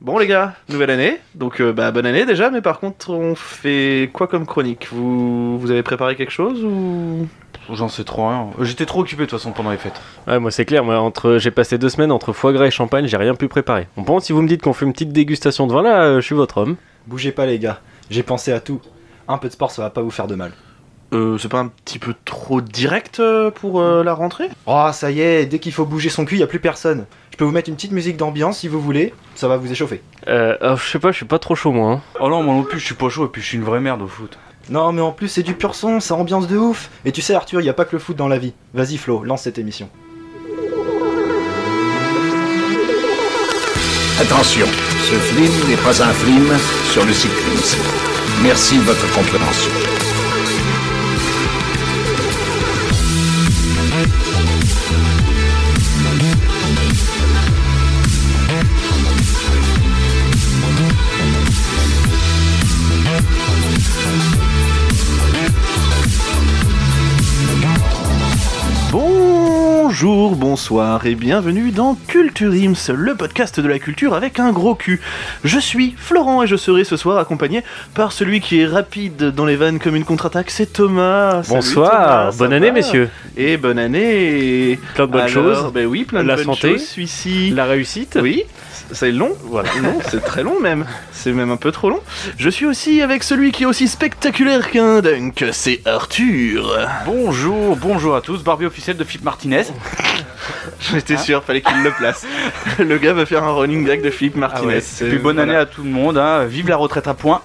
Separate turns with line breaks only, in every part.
Bon les gars, nouvelle année, donc euh, bah, bonne année déjà, mais par contre on fait quoi comme chronique vous, vous avez préparé quelque chose ou...
J'en sais trop rien. Euh, J'étais trop occupé de toute façon pendant les fêtes.
Ouais, moi c'est clair, moi entre j'ai passé deux semaines entre foie gras et champagne, j'ai rien pu préparer. Bon, par contre, si vous me dites qu'on fait une petite dégustation de vin là, euh, je suis votre homme.
Bougez pas les gars, j'ai pensé à tout. Un peu de sport ça va pas vous faire de mal.
Euh, c'est pas un petit peu trop direct euh, pour euh, la rentrée
Oh ça y est, dès qu'il faut bouger son cul, y a plus personne. Je peux vous mettre une petite musique d'ambiance si vous voulez, ça va vous échauffer.
Euh, oh, je sais pas, je suis pas trop chaud moi. hein.
Oh non, moi non plus, je suis pas chaud et puis je suis une vraie merde au foot.
Non mais en plus c'est du pur son, ça ambiance de ouf. Et tu sais Arthur, y a pas que le foot dans la vie. Vas-y Flo, lance cette émission.
Attention, ce film n'est pas un film sur le cyclisme. Merci de votre compréhension.
Bonjour, bonsoir et bienvenue dans Culture Ims, le podcast de la culture avec un gros cul. Je suis Florent et je serai ce soir accompagné par celui qui est rapide dans les vannes comme une contre-attaque, c'est Thomas. Salut Thomas,
Bonsoir,
ça
bonne année
va
messieurs.
Et bonne année
Plein de bonnes
Alors,
choses.
Ben oui, plein de
La
bonnes
santé.
choses, celui-ci.
La réussite.
Oui, c'est long, voilà. Non, c'est très long même. C'est même un peu trop long. Je suis aussi avec celui qui est aussi spectaculaire qu'un dunk, c'est Arthur.
Bonjour, bonjour à tous, Barbie officielle de Philippe Martinez.
J'étais sûr, fallait qu'il le place. Hein Ah le gars va faire un running gag de Philippe
Ah
Martinez.
Et puis bonne année à tout le monde, hein. vive la retraite à points.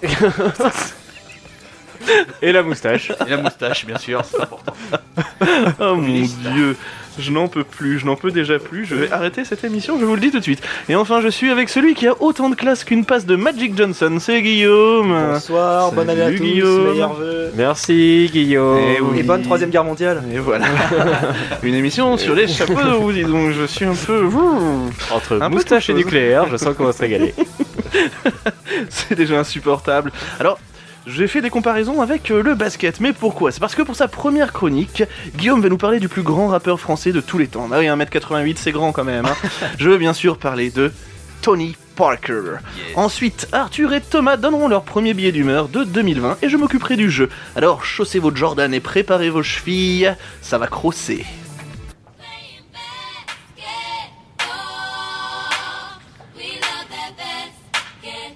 Et la moustache.
Et la moustache, bien sûr, c'est important.
Oh mon dieu, je n'en peux plus, je n'en peux déjà plus, je vais arrêter cette émission, je vous le dis tout de suite. Et enfin, je suis avec celui qui a autant de classe qu'une passe de Magic Johnson, c'est Guillaume.
Bonsoir, bonne
Salut,
année à tous,
Guillaume.
meilleurs vœux.
Merci Guillaume.
Eh oui.
Et bonne troisième guerre mondiale.
Et voilà, une émission sur les chapeaux de roue, dis donc, je suis un peu...
Entre
Un peu
moustache et
toucheuse.
nucléaire, je sens qu'on va se régaler.
C'est déjà insupportable. Alors, j'ai fait des comparaisons avec euh, le basket, mais pourquoi C'est parce que pour sa première chronique, Guillaume va nous parler du plus grand rappeur français de tous les temps. Ah oui, 1m88, c'est grand quand même. hein. Je veux bien sûr parler de Tony Parker. Ensuite, Arthur et Thomas donneront leur premier billet d'humeur de 2020 et je m'occuperai du jeu. Alors, chaussez vos Jordan et préparez vos chevilles, ça va crosser.
We love that basketball.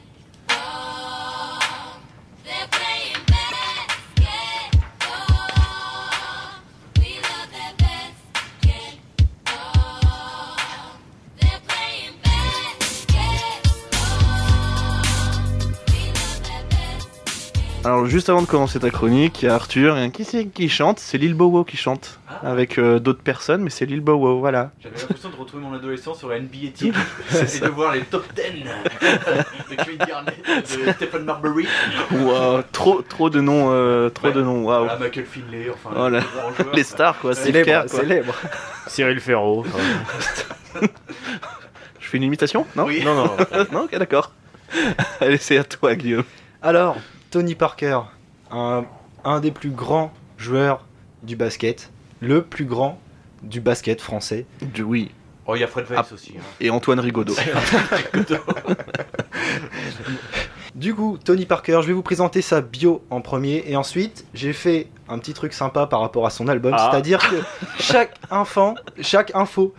They're playing basketball. We love that basketball. They're playing basketball. We love that basketball.
Alors juste avant de commencer ta chronique, il y a Arthur, il y a qui c'est qui chante C'est Lil Bowo qui chante, avec euh, d'autres personnes, mais c'est Lil Bowo, voilà.
J'avais l'impression de retrouver mon adolescence sur la NBA Team et de voir les top 10 de Kevin Garnett, de Stephen Marbury,
Wow, euh, trop, trop de noms, euh, trop
Ouais.
de noms, waouh.
voilà, Michael Finley, enfin
Oh là.
les grands joueurs,
Les
ça.
stars quoi, Steve Kerr quoi.
célèbre.
Cyril Ferro.
Je fais une imitation Non
Oui.
Non, non,
Non, ok, d'accord. Allez, c'est à toi, Guillaume.
Alors, Tony Parker, un, un des plus grands joueurs du basket, le plus grand du basket français.
Oui.
Oh, il y a Fred Weiss aussi. hein.
Et Antoine Rigaudot.
Du coup, Tony Parker, je vais vous présenter sa bio en premier et ensuite, j'ai fait un petit truc sympa par rapport à son album,
Ah.
c'est-à-dire que chaque infant, chaque info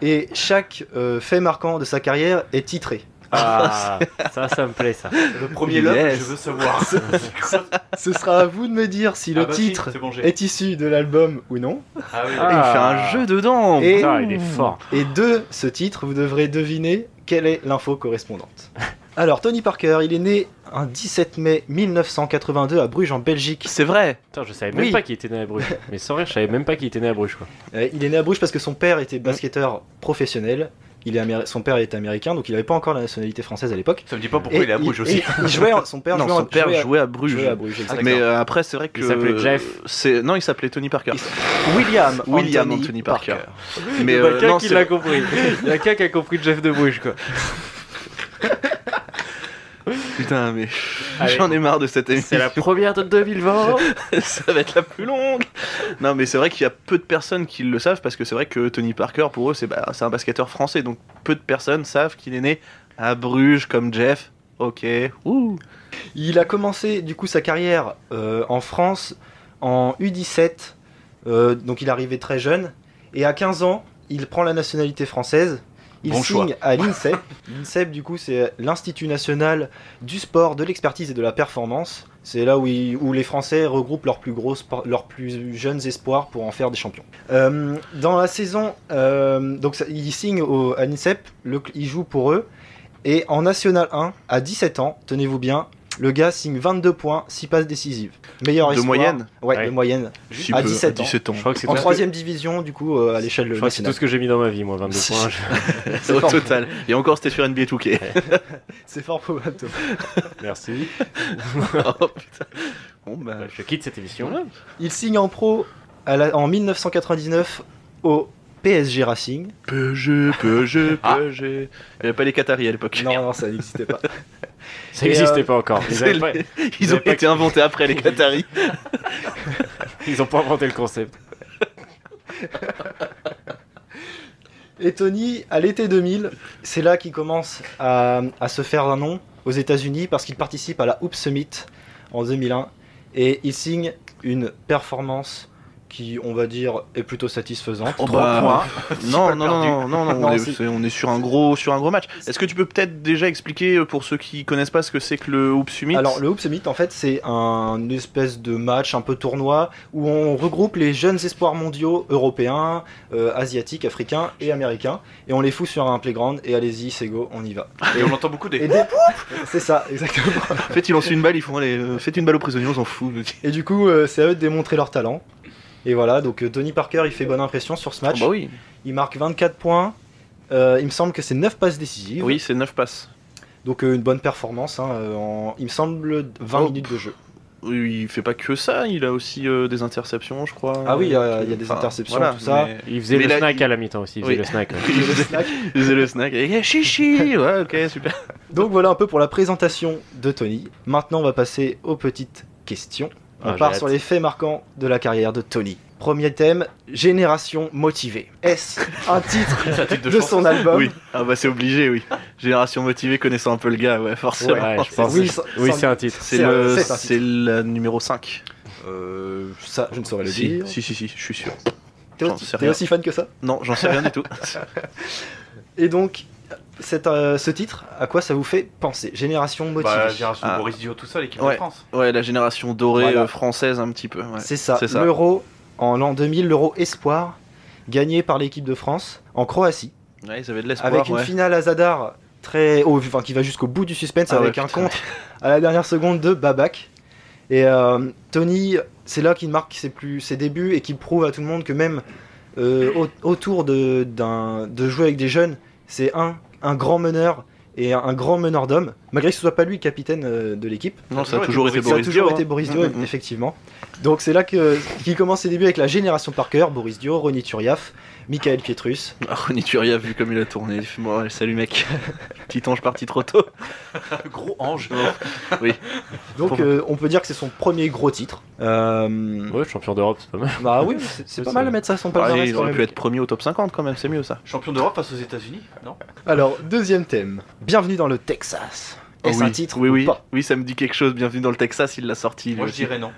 et chaque euh, fait marquant de sa carrière est titré.
Ah, ça, ça me plaît ça.
Le premier love,
Yes.
je veux savoir.
Ce sera à vous de me dire si le
Ah bah si,
titre
c'est bon, j'ai-
est issu de l'album ou non.
Ah oui.
Il fait
Ah.
un jeu dedans.
Et-
Ah, il est fort.
Et de ce titre, vous devrez deviner quelle est l'info correspondante. Alors, Tony Parker, il est né un 17 mai 1982 à Bruges, en Belgique.
C'est vrai.
Putain, je savais même
Oui.
pas qu'il était né à Bruges. Mais sans rire, je savais même pas qu'il était né à Bruges quoi.
Euh, Il est né à Bruges parce que son père était basketteur professionnel. Il est améri- son père était américain, donc il n'avait pas encore la nationalité française à l'époque.
Ça me dit pas pourquoi
Et
il est à Bruges
il-
aussi.
et il jouait en- son père
non,
jouait en-
son père
jouait à-
jouait à Bruges.
jouait à Bruges, exactement.
Mais euh, après, c'est vrai que.
Il s'appelait Jeff.
c'est- Non, il s'appelait Tony Parker.
William,
William
Anthony,
Anthony
Parker.
Parker. Mais
Il y
euh,
a qu'un
non,
qui
c'est-
l'a compris. Il y a qu'un qui a compris Jeff de Bruges quoi.
Putain, mais
Allez.
j'en ai marre de cette émission.
C'est la première de 2020.
ça va être la plus longue. Non, mais c'est vrai qu'il y a peu de personnes qui le savent parce que c'est vrai que Tony Parker, pour eux, c'est bah, c'est un basketteur français. Donc peu de personnes savent qu'il est né à Bruges comme Jeff. Ok. Ouh.
Il a commencé du coup sa carrière euh, en France en U17, euh, donc il est arrivé très jeune, et à 15 ans, il prend la nationalité française. Il
Bon choix.
signe à l'INSEP. L'INSEP, du coup, c'est l'Institut national du sport, de l'expertise et de la performance. C'est là où, ils- où les Français regroupent leurs plus, gros spor- leurs plus jeunes espoirs pour en faire des champions. Euh, dans la saison, euh, donc ça- il signe au, à l'INSEP, le cl- il joue pour eux. Et en National 1, à 17 ans, tenez-vous bien, le gars signe 22 points, 6 passes décisives. Meilleur
De
espoir.
moyenne
ouais,
Ouais.
de moyenne.
Si
à
peu,
17 ans.
17 ans.
Je crois que c'est
En
tout ce que-
troisième division, du coup, euh, à l'échelle
je crois que c'est tout
nationale.
ce que j'ai mis dans ma vie, moi, 22 points. Je-
C'est
Au
fort.
total. Et encore, c'était sur NBA 2K.
C'est fort pour Bateau.
Merci. Euh,
oh putain. Bon bah.
Je quitte cette émission.
Il signe en pro à la- en 1999 au PSG Racing.
PSG, PSG,
Ah.
PSG. Ah. Il n'y avait pas les Qataris à l'époque.
Non, non, ça n'existait pas.
Ça
Et,
n'existait
euh,
pas encore. Ils, avaient pas...
Ils ont
avaient pas-
été inventés après les Qataris.
Ils ont pas inventé le concept.
Et Tony, à l'été 2000, c'est là qu'il commence à, à se faire un nom aux États-Unis parce qu'il participe à la Hoop Summit en 2001 et il signe une performance qui, on va dire, est plutôt satisfaisante.
Oh,
Trois
bah,
points.
Non,
pas
non,
perdu.
non, non, non,
Non,
on, est,
c'est-
c'est- on est sur un gros, sur un gros match. Est-ce que tu peux peut-être déjà expliquer euh, pour ceux qui connaissent pas ce que c'est que le Hoop Summit
Alors le Hoop Summit en fait c'est un une espèce de match un peu tournoi où on regroupe les jeunes espoirs mondiaux européens, euh, asiatiques, africains et américains et on les fout sur un playground et allez-y c'est go on y va.
Et on entend beaucoup
Et
des.
dès- c'est ça exactement.
En fait, ils lancent une balle, ils font allez, euh, faites une balle aux prisonniers, on s'en fout.
Et du coup euh, c'est à eux de démontrer leur talent. Et voilà donc euh, Tony Parker il fait bonne impression sur ce
Ah
match.
bah oui.
Il marque 24 points. Euh, il me semble que c'est 9 passes décisives.
Oui, c'est 9 passes.
Donc euh, une bonne performance hein, euh, en il me semble 20
Oh.
minutes de jeu.
Oui, Il fait pas que ça, il a aussi euh, des interceptions, je crois.
Ah oui, il y a-
Euh,
il y a des
enfin,
interceptions,
voilà,
tout ça.
mais-
Ils faisaient
Mais
le
là,
snack
il-
à la mi-temps aussi. Ils
Oui.
faisaient le snack. ouais.
Il faisait- il faisait le snack. Et chichi Ouais, ok, super.
Donc voilà un peu pour la présentation de Tony. Maintenant, on va passer aux petites questions. On
Ah,
part
j'ai
sur
hâte.
les faits marquants de la carrière de Tony. Premier thème, génération motivée. Est-ce un titre
C'est un titre
de,
de chanson.
son album
Oui, ah bah c'est obligé, oui. Génération motivée, connaissant un peu le gars, ouais, forcément.
Ouais, je pense.
Oui, sans-
Oui,
sans-
c'est un titre.
C'est
c'est un-
le,
c'est un
c'est le numéro 5.
Euh, ça, je ne saurais le
Si,
dire.
si, si, si, je suis sûr.
T'es
j'en
aussi-
sais
t'es
rien.
aussi fan que ça
Non, j'en sais rien du tout.
Et donc, cet, euh, ce titre, à quoi ça vous fait penser Génération motivée.
Bah, Génération
Ah.
Boris Dio, tout ça, l'équipe
Ouais.
de France.
Ouais, la génération dorée
Voilà.
euh, française, un petit peu. ouais.
C'est ça.
C'est ça.
L'euro en l'an 2000, l'euro espoir, gagné par l'équipe de France en Croatie.
Ouais, ils avaient de l'espoir.
avec une
ouais.
finale à Zadar très haut, enfin qui va jusqu'au bout du suspense
Ah
avec
ouais,
un
putain.
contre à la dernière seconde de Babac. Et euh, Tony, c'est là qu'il marque ses, plus, ses débuts et qu'il prouve à tout le monde que même euh, au- autour de, d'un- de jouer avec des jeunes, c'est un, un grand meneur et un, un grand meneur d'hommes, malgré que ce soit pas lui le capitaine euh, de l'équipe.
Non, ça a toujours été
Ça a
Boris
toujours
Dio,
été
hein.
Boris Dio,
Mhm, mhm.
effectivement. Donc c'est là que- qu'il commence ses débuts avec la génération Parker, Boris Dio, Ronny Turiaf, Michael Pietrus,
Ah, Ronny Turia, vu comme il a tourné, il fait, Bon, ouais, salut mec. Petit ange parti trop tôt.
Gros ange.
Donc
Pour-
euh, on peut dire que c'est son premier gros titre. Euh,
Ouais, champion d'Europe, c'est pas mal.
Bah oui, c'est- c'est pas
C'est-
mal à mettre ça à son
Ah,
palmarès.
il
quand
aurait
même.
pu être premier au top 50 quand même, c'est mieux ça.
Champion d'Europe face aux États-Unis Non
Alors deuxième thème. Bienvenue dans le Texas.
Ah
Est-ce
Oh oui.
un titre
oui,
ou
oui.
pas
oui, ça me dit quelque chose. Bienvenue dans le Texas, il l'a sorti. lui
Moi, je
aussi.
dirais non.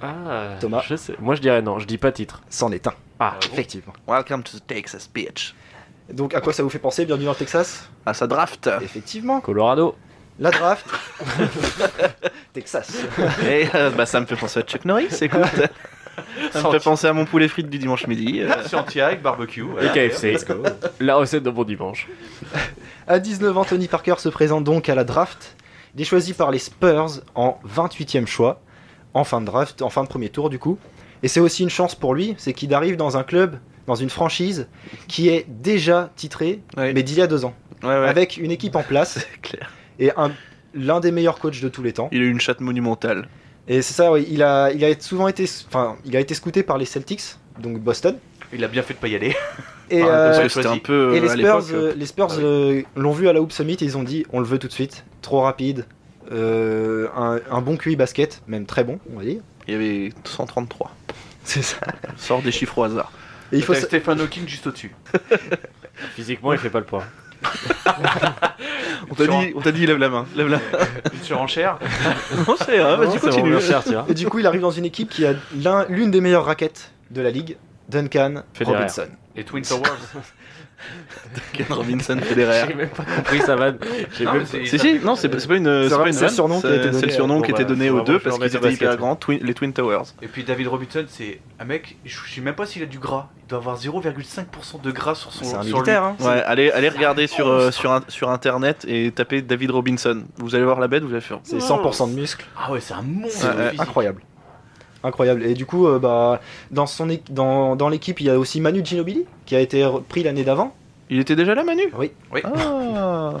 Ah,
Thomas.
je sais. Moi, je dirais non. Je dis pas titre.
C'en est un.
Oh.
Ah,
Ah bon
Effectivement.
Welcome to the Texas, bitch.
Donc à quoi ça vous fait penser Bienvenue dans le Texas
Ah, ça draft.
Effectivement.
Colorado.
La draft. Texas.
Et euh, bah, ça me fait penser à Chuck Norris, écoute. ça me fait penser à mon poulet frites du dimanche midi. euh.
Santiago, barbecue.
Et
voilà.
KFC. La recette de bon dimanche.
À 19 ans, Tony Parker se présente donc à la draft. Il est choisi par les Spurs en 28e choix, en fin de draft, en fin de premier tour du coup. Et c'est aussi une chance pour lui, c'est qu'il arrive dans un club, dans une franchise qui est déjà titrée,
Ouais.
mais d'il y a deux ans,
Ouais, ouais.
avec une équipe en place
clair.
et un- l'un des meilleurs coachs de tous les temps.
Il a eu une chatte monumentale.
Et c'est ça, oui, il a, il a souvent été, enfin, il a été scouté par les Celtics, donc Boston.
Il a bien fait de pas y aller.
Et,
Enfin, parce
euh,
que c'était un peu
Et
euh,
les
à
Spurs,
l'époque.
euh, les Spurs
Ah oui.
euh, l'ont vu à la Hoop Summit et ils ont dit on le veut tout de suite, trop rapide, euh, un, un bon QI basket, même très bon, on va dire.
Il y avait 133.
C'est ça.
Sors des chiffres au hasard.
Et il faut,
T'as
sa-
Stephen Hawking juste au-dessus.
Physiquement, il fait pas le poids.
On t'a dit, on t'a dit, lève la main, lève la.
Une surenchère.
Non, c'est, hein, vas-y, continue.
Et du coup, il arrive dans une équipe qui a l'un- l'une des meilleures raquettes de la ligue, Duncan
Federer.
Robinson.
Les Twin Towers.
Ken Robinson Federer.
J'ai même pas compris sa vanne. J'ai
Non,
même-
mais c'est-
Si, si, non, c'est, c'est pas une.
C'est
C'est, pas
vrai,
une
c'est le
vanne,
surnom qui a été
c'est-
donné,
c'est le surnom
euh,
qui était
bon,
donné
bah,
aux
faut
deux
vraiment
parce
jouer au
qu'ils étaient hyper
basket.
grands, Twin- les Twin Towers.
Et puis David Robinson, c'est un mec, je je sais même pas s'il a du gras. Il doit avoir 0,5% de gras sur son.
C'est un
sur
militaire, hein.
Ouais, allez, allez regarder
C'est
sur,
un
euh,
monstre.
sur, in- sur internet et taper David Robinson. Vous allez voir la bête, vous allez faire.
C'est 100% de muscles.
lui. Ah ouais, c'est un
C'est
monstre.
euh,
physique.
incroyable. Incroyable. Et du coup, euh, bah, dans, son équ- dans, dans l'équipe, il y a aussi Manu Ginobili, qui a été repris l'année d'avant.
Il était déjà là, Manu
Oui.
Oui.
Ah.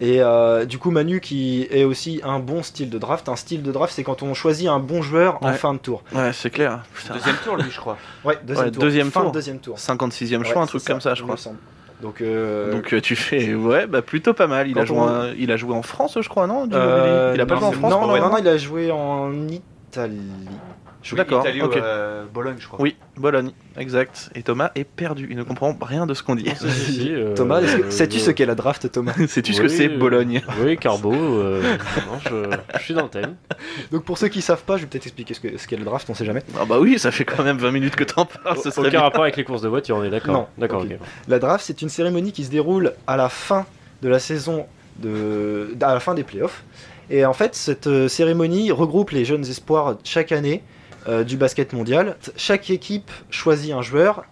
Et euh, du coup, Manu, qui est aussi un bon style de draft. Un style de draft, c'est quand on choisit un bon joueur en
Ouais.
fin de tour.
Ouais, c'est clair. Putain.
Deuxième tour, lui, je crois.
Ouais, deuxième
Ouais,
tour.
deuxième
fin
tour.
de deuxième tour.
56e choix,
Ouais,
un truc
c'est
comme ça, je
il
crois.
me semble. Donc, euh,
Donc euh, tu fais ouais bah plutôt pas mal. Il a
Quand
joué
on-
un- il a joué en France je crois non Ginobili
euh,
Il a pas
non,
joué en
c'est-
France
Non,
pour
non,
Wayne
non, il a joué en Italie.
Oui,
D'accord,
Italie ou,
ok.
euh, Bologne, je crois.
Oui Bologne exact. Et Thomas est perdu. Il ne comprend rien de ce qu'on dit.
Si, si, si, euh,
Thomas, est-ce que-
euh,
sais-tu
je-
ce qu'est la draft, Thomas
Sais-tu ce
Oui,
que c'est
euh,
Bologne
Oui, Carbo. euh, non, je, je suis dans le thème.
Donc pour ceux qui savent pas, je vais peut-être expliquer ce que- ce qu'est le draft, on sait jamais.
Ah bah oui ça fait quand même 20 minutes que t'en parles. Ah, Ce serait
Aucun
bien.
rapport avec les courses de voiture, on est d'accord.
Non.
D'accord,
Ok.
ok.
La draft, c'est une cérémonie qui se déroule à la fin de la saison, de, à la fin des playoffs. Et en fait, cette euh, cérémonie regroupe les jeunes espoirs chaque année euh, du basket mondial. Chaque équipe choisit un joueur.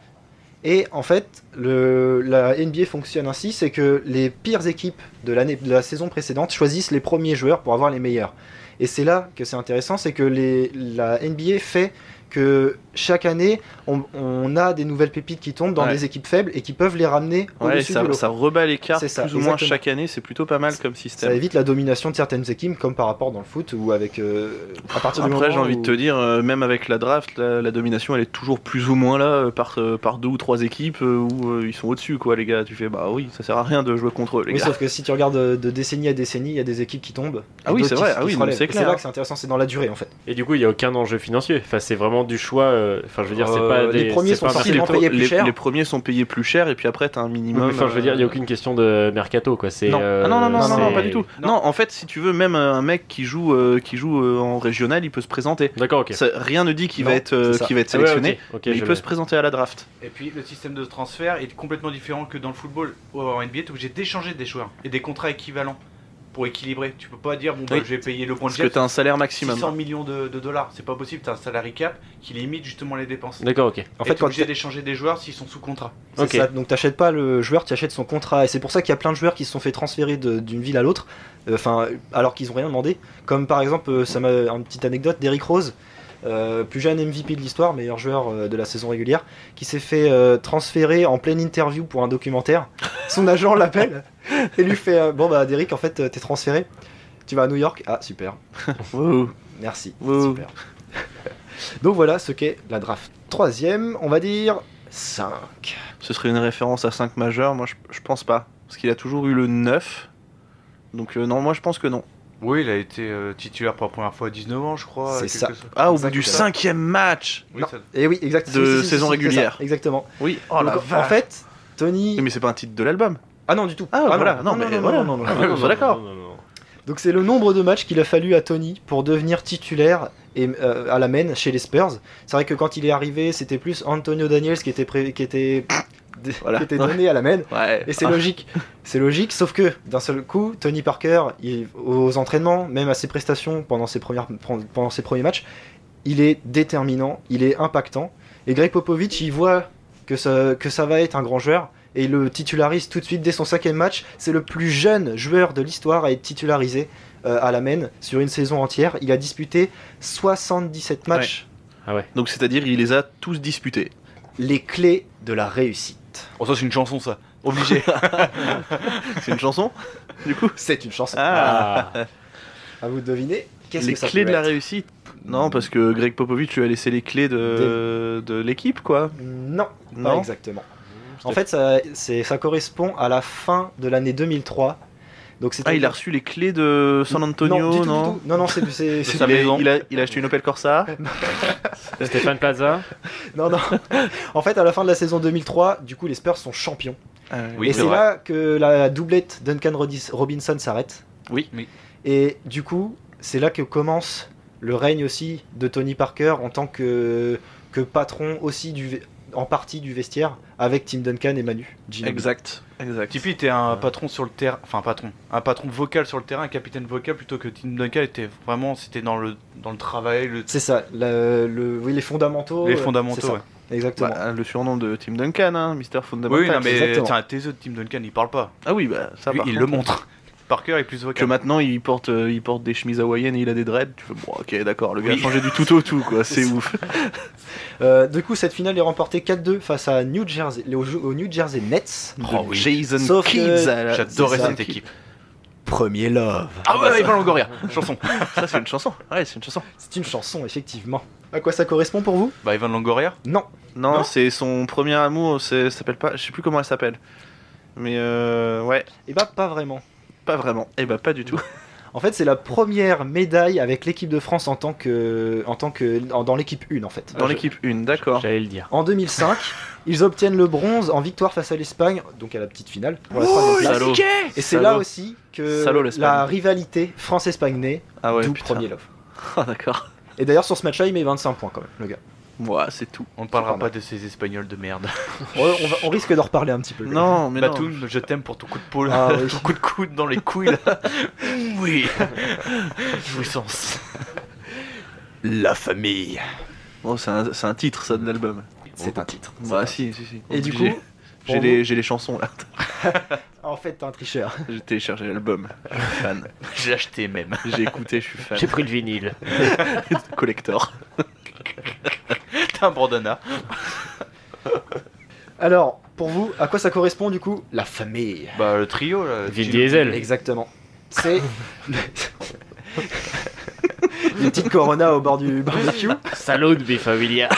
Et en fait, le, la NBA fonctionne ainsi, c'est que les pires équipes de, l'année, de la saison précédente choisissent les premiers joueurs pour avoir les meilleurs. Et c'est là que c'est intéressant, c'est que les, la NBA fait que chaque année, on, on a des nouvelles pépites qui tombent dans
Ouais.
des équipes faibles et qui peuvent les ramener
Ouais,
au-dessus
ça,
du lot.
ça rebat les cartes
C'est ça,
plus ou moins
exactement.
chaque année, c'est plutôt pas mal comme
Ça
système.
évite la domination de certaines équipes, comme par rapport dans le foot ou avec. euh, à partir du
Après, j'ai
moment
envie de
où-
te dire, euh, même avec la draft, la, la domination, elle est toujours plus ou moins là euh, par, euh, par deux ou trois équipes euh, où euh, ils sont au-dessus, quoi, les gars. Tu fais, bah oui, ça sert à rien de jouer contre eux, les
Oui,
gars.
sauf que si tu regardes euh, de, de décennie à décennie, il y a des équipes qui tombent.
Ah
et
oui,
d'autres
c'est
qui-
vrai,
qui
ah
se
oui, non,
relèvent.
c'est
Et
clair.
là que c'est intéressant, c'est dans la durée en fait.
Et du coup, il n'y a aucun enjeu financier. Enfin, c'est vraiment du choix. euh, Enfin, je veux dire, c'est
Euh,
pas
les
des.
premiers
c'est
sont
pas
Si,
forcément
les,
forcément-
pro-
payés plus
les-
cher.
les premiers sont payés plus cher, et puis après, t'as un
Oui, mais
minimum.
Enfin, je veux dire, il n'y a
euh,
aucune question de mercato, quoi. C'est.
Non.
euh,
Ah non, non, non, non, non,
c'est-
pas du tout. Non. en fait, si tu veux, même un mec qui joue, euh, qui joue euh, en régional, il peut se présenter.
D'accord, ok.
Ça- rien ne dit qu'il
Non,
va être, euh,
c'est ça.
qu'il va être
Ah ouais,
sélectionné,
ok, ok,
mais
je
il peut
l'ai.
se présenter à la draft.
Et puis le système de transfert est complètement différent que dans le football. En NBA, t'es obligé d'échanger des joueurs et des contrats équivalents pour équilibrer. Tu peux pas dire bon bah,
Oui.
je vais payer le point de
Parce que t'as un salaire maximum.
600 millions de, de dollars, c'est pas possible. T'as un salary cap qui limite justement les dépenses.
D'accord, ok.
En
En
fait, quand
fait, t'es obligé
t'as-
d'échanger des joueurs s'ils sont sous contrat.
C'est
Ok.
ça. Donc t'achètes pas le joueur, tu achètes son contrat. Et c'est pour ça qu'il y a plein de joueurs qui se sont fait transférer de- d'une ville à l'autre, euh, enfin alors qu'ils ont rien demandé. Comme par exemple, euh, ça m'a une petite anecdote d'Eric Rose, euh, plus jeune MVP de l'histoire, meilleur joueur euh, de la saison régulière, qui s'est fait euh, transférer en pleine interview pour un documentaire. Son agent l'appelle et lui fait euh, bon bah Derrick en fait euh, t'es transféré, tu vas à New York. Ah super,
Wow.
merci.
Wow.
Super. Donc voilà ce qu'est la draft. Troisième, on va dire 5.
Ce serait une référence à 5 majeurs, moi je, je pense pas. Parce qu'il a toujours eu le 9. Donc euh, non, moi je pense que non.
Oui, il a été euh, titulaire pour la première fois à 19 ans, je crois.
C'est
quelque
ça.
chose.
Ah, au bout
Exactement.
du cinquième match
Oui,
Non.
ça-
Et Eh oui, exact.
De
Si, si, si, si,
saison
si, c'est
régulière.
ça, Exactement.
Oui, oh
Donc,
la
en
vache.
fait, Tony.
Mais c'est pas un titre de l'album
Ah non, du tout.
Ah,
non.
voilà, non, mais voilà.
non, non,
Ah,
non.
ouais, on est d'accord.
Non, non, non, non.
Donc c'est le nombre de matchs qu'il a fallu à Tony pour devenir titulaire et euh, à la main chez les Spurs. C'est vrai que quand il est arrivé, c'était plus Antonio Daniels qui était pré- qui était
Voilà.
qui était donné à la main.
Ouais.
Et c'est
Ah,
logique, c'est logique, sauf que d'un seul coup, Tony Parker, il- aux entraînements, même à ses prestations pendant ses, premières, pendant ses premiers matchs, il est déterminant, il est impactant. Et Greg Popovich, il voit que ça, que ça va être un grand joueur et il le titularise tout de suite dès son cinquième match. C'est le plus jeune joueur de l'histoire à être titularisé euh, à la main sur une saison entière. Il a disputé 77 matchs.
Donc c'est-à-dire il les a tous disputés.
Les clés de la réussite.
Oh, ça, c'est une chanson, ça. Obligé.
C'est une chanson
C'est une chance.
Ah.
À vous de deviner. Qu'est-ce
Les
que ça
clés
peut
de la
être
réussite Non, parce que Greg Popovich lui a laissé les clés de, de l'équipe, quoi.
Non, pas
Non.
exactement. En fait, ça, c'est- ça correspond à la fin de l'année 2003. Donc c'était-
Ah, il a reçu les clés de San Antonio,
non
non
du tout, du tout. Non, non, c'est, c'est- c'est-
Il, a, il a- il a acheté une Opel Corsa.
Stéphane Plaza.
non, non. En fait, à la fin de la saison 2003, du coup, les Spurs sont champions.
Euh,
Oui,
et
c'est
c'est
vrai.
là que la doublette Duncan Rodis- Robinson s'arrête.
Oui.
Oui.
Et du coup, c'est là que commence le règne aussi de Tony Parker en tant que, que patron aussi du, ve- en partie du vestiaire avec Tim Duncan et Manu. Ginobili.
Exact, exact.
Tipeee était un patron sur le terrain, enfin un patron, un patron vocal sur le terrain, un capitaine vocal plutôt que Tim Duncan était vraiment, c'était dans le dans le travail, le-
C'est ça, le, le- oui, les fondamentaux.
les
euh, c'est
fondamentaux.
ça,
ouais.
Exactement.
Bah, le surnom de Tim Duncan, hein, Mister Fundamental.
Oui, non mais
exactement.
c'est un taiseux de Tim Duncan, il parle pas.
Ah oui, bah ça
Lui,
par
il
contre,
le montre. Parker est plus
Que
vocal.
maintenant il porte, euh, il porte des chemises hawaïennes et il a des dreads, tu fais bon ok d'accord, le gars
Oui.
a changé du tout au tout quoi, c'est
C'est ça.
ouf.
Euh, du coup, cette finale est remportée 4-2 face à New Jersey, au, au New Jersey Nets.
Oh
De
oui.
Jason
Sauf que
Kidd, à la-
J'adorais
c'est ça.
cette équipe.
Premier love.
Ah ouais, Ivan Longoria, chanson.
Ça c'est une chanson, ouais c'est une chanson.
C'est une chanson, effectivement. À quoi ça correspond pour vous
Bah Ivan Longoria.
Non.
Non,
Non
c'est son premier amour, c'est- ça s'appelle pas, je sais plus comment elle s'appelle. Mais euh, ouais,
Eh bah, pas vraiment.
pas vraiment, et bah pas du tout.
En fait, c'est la première médaille avec l'équipe de France en tant que, en tant que, en- dans l'équipe 1 en fait.
Dans l'équipe 1, d'accord.
J'allais le dire.
En 2005, ils obtiennent le bronze en victoire face à l'Espagne, donc à la petite finale. Pour la troisième place.
Salaud.
Et c'est
Salaud.
là aussi que
Salaud, l'Espagne.
la rivalité France-Espagne naît,
Ah ouais,
d'où
putain.
premier love.
Ah d'accord.
Et d'ailleurs, sur ce match-là, il met 25 points quand même, le gars.
Moi, c'est tout.
On ne
C'est
parlera
pas
pas de ces Espagnols de merde.
Ouais, on, va- on risque d'en reparler un petit peu.
Non, mais non.
Batoum, Bah, je t'aime pour ton coup de poule,
Ah oui.
ton coup de coude dans les couilles là. oui. Jouissance.
La famille.
Bon, c'est un, c'est un titre ça de l'album.
C'est un titre.
Bah si, si, si.
Et du coup,
Obligé.
pour
j'ai
vous-
les, j'ai les chansons là.
en fait, t'es un tricheur.
J'ai téléchargé l'album. Je suis fan.
J'ai acheté même.
J'ai écouté, je suis fan.
J'ai pris le vinyle.
collector.
T'es un bandana.
Alors, pour vous, à quoi ça correspond du coup La famille.
Bah le trio là.
Vin
Gino-
Diesel.
Exactement. C'est. Une petite corona au bord du barbecue.
Salaud de familia.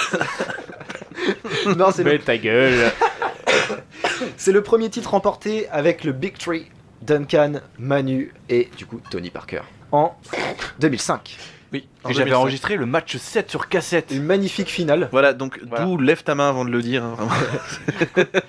Non, c'est le,
Mets ta gueule.
c'est le premier titre remporté avec le Big Tree, Duncan, Manu et du coup Tony Parker. En 2005.
Oui.
Et j'avais enregistré le match 7 sur cassette.
Une magnifique finale
Voilà, donc
Voilà.
d'où lève ta main avant de le dire. hein, vraiment.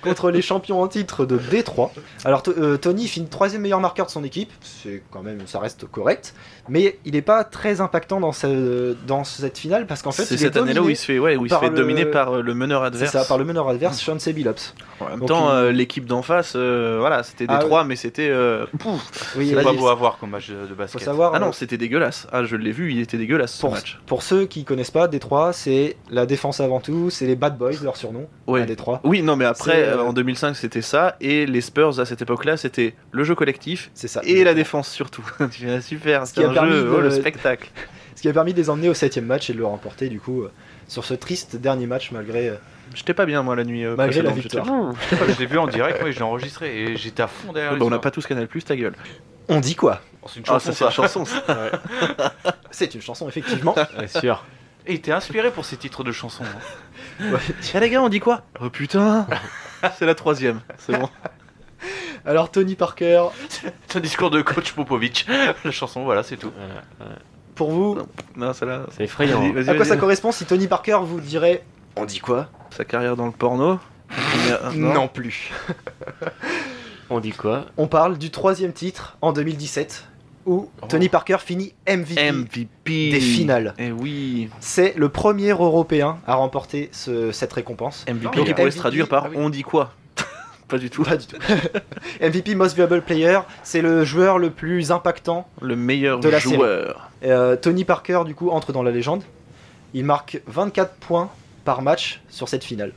contre les champions en titre de Détroit. Alors to- euh, Tony finit troisième meilleur marqueur de son équipe, c'est quand même ça reste correct, mais il n'est pas très impactant dans, ce- dans cette finale parce qu'en fait
c'est
il
cette
est
année-là où
dominé-
il se fait, ouais, où il se
par
fait
le-
dominer par euh, le meneur
c'est
adverse.
ça par le meneur adverse Sean Sebilops.
En même
Donc,
temps,
il-
euh, l'équipe d'en face, euh, voilà, c'était des
Ah,
trois, mais c'était. euh, pouf.
Oui,
C'est
il-
pas
il-
beau à voir comme match de de
faut
basket.
savoir
Ah
euh,
non, c'était dégueulasse. Ah, je l'ai vu, il était dégueulasse ce
Pour,
match.
pour ceux qui connaissent pas, Détroit, c'est la défense avant tout, c'est les Bad Boys, leur surnom,
Ouais.
à Détroit.
Oui, non, mais après,
C'est, euh,
euh, en 2005, c'était ça, et les Spurs à cette époque-là, c'était le jeu collectif
C'est ça.
et la défense surtout. Tu fais, ah, Super,
Ce
c'est
qui a
un
permis
jeu,
de-
oh, le spectacle.
Ce qui a permis de les emmener au septième match et de le remporter, du coup, euh, sur ce triste dernier match, malgré. euh,
J'étais pas bien, moi, la nuit. euh,
Malgré la
précédente, j'étais-
Je l'ai vu en direct, oui, je l'ai enregistré et j'étais à fond derrière.
Bah, on n'a pas tous Canal Plus, ta gueule.
On dit quoi
Oh, C'est une
Ah,
chanson
ça, c'est
ça.
une chanson, ça.
C'est une chanson, effectivement.
Bien sûr.
Et il était inspiré pour ces titres de chansons. hein.
Tiens, les gars, on dit quoi Oh putain C'est la troisième, c'est bon.
Alors, Tony Parker,
C'est un discours de coach Popovic. La chanson, voilà, c'est tout.
pour vous,
Non, celle-là.
C'est effrayant.
Vas-y,
à quoi
vas-y.
ça correspond si Tony Parker vous dirait On dit quoi
Sa carrière dans le porno Mais, euh,
plus.
On dit quoi
On parle du troisième titre en 2017, où
Oh.
Tony Parker finit MVP,
MVP
des finales.
Eh oui
C'est le premier Européen à remporter ce- cette récompense.
MVP
Non,
qui
mais
pourrait
MVP,
se traduire
ah
par
oui.
on dit quoi Pas du tout.
Pas du tout. MVP Most Valuable Player, c'est le joueur le plus impactant.
Le meilleur
De la série.
joueur.
Euh, Tony Parker, du coup, entre dans la légende. Il marque 24 points par match sur cette finale.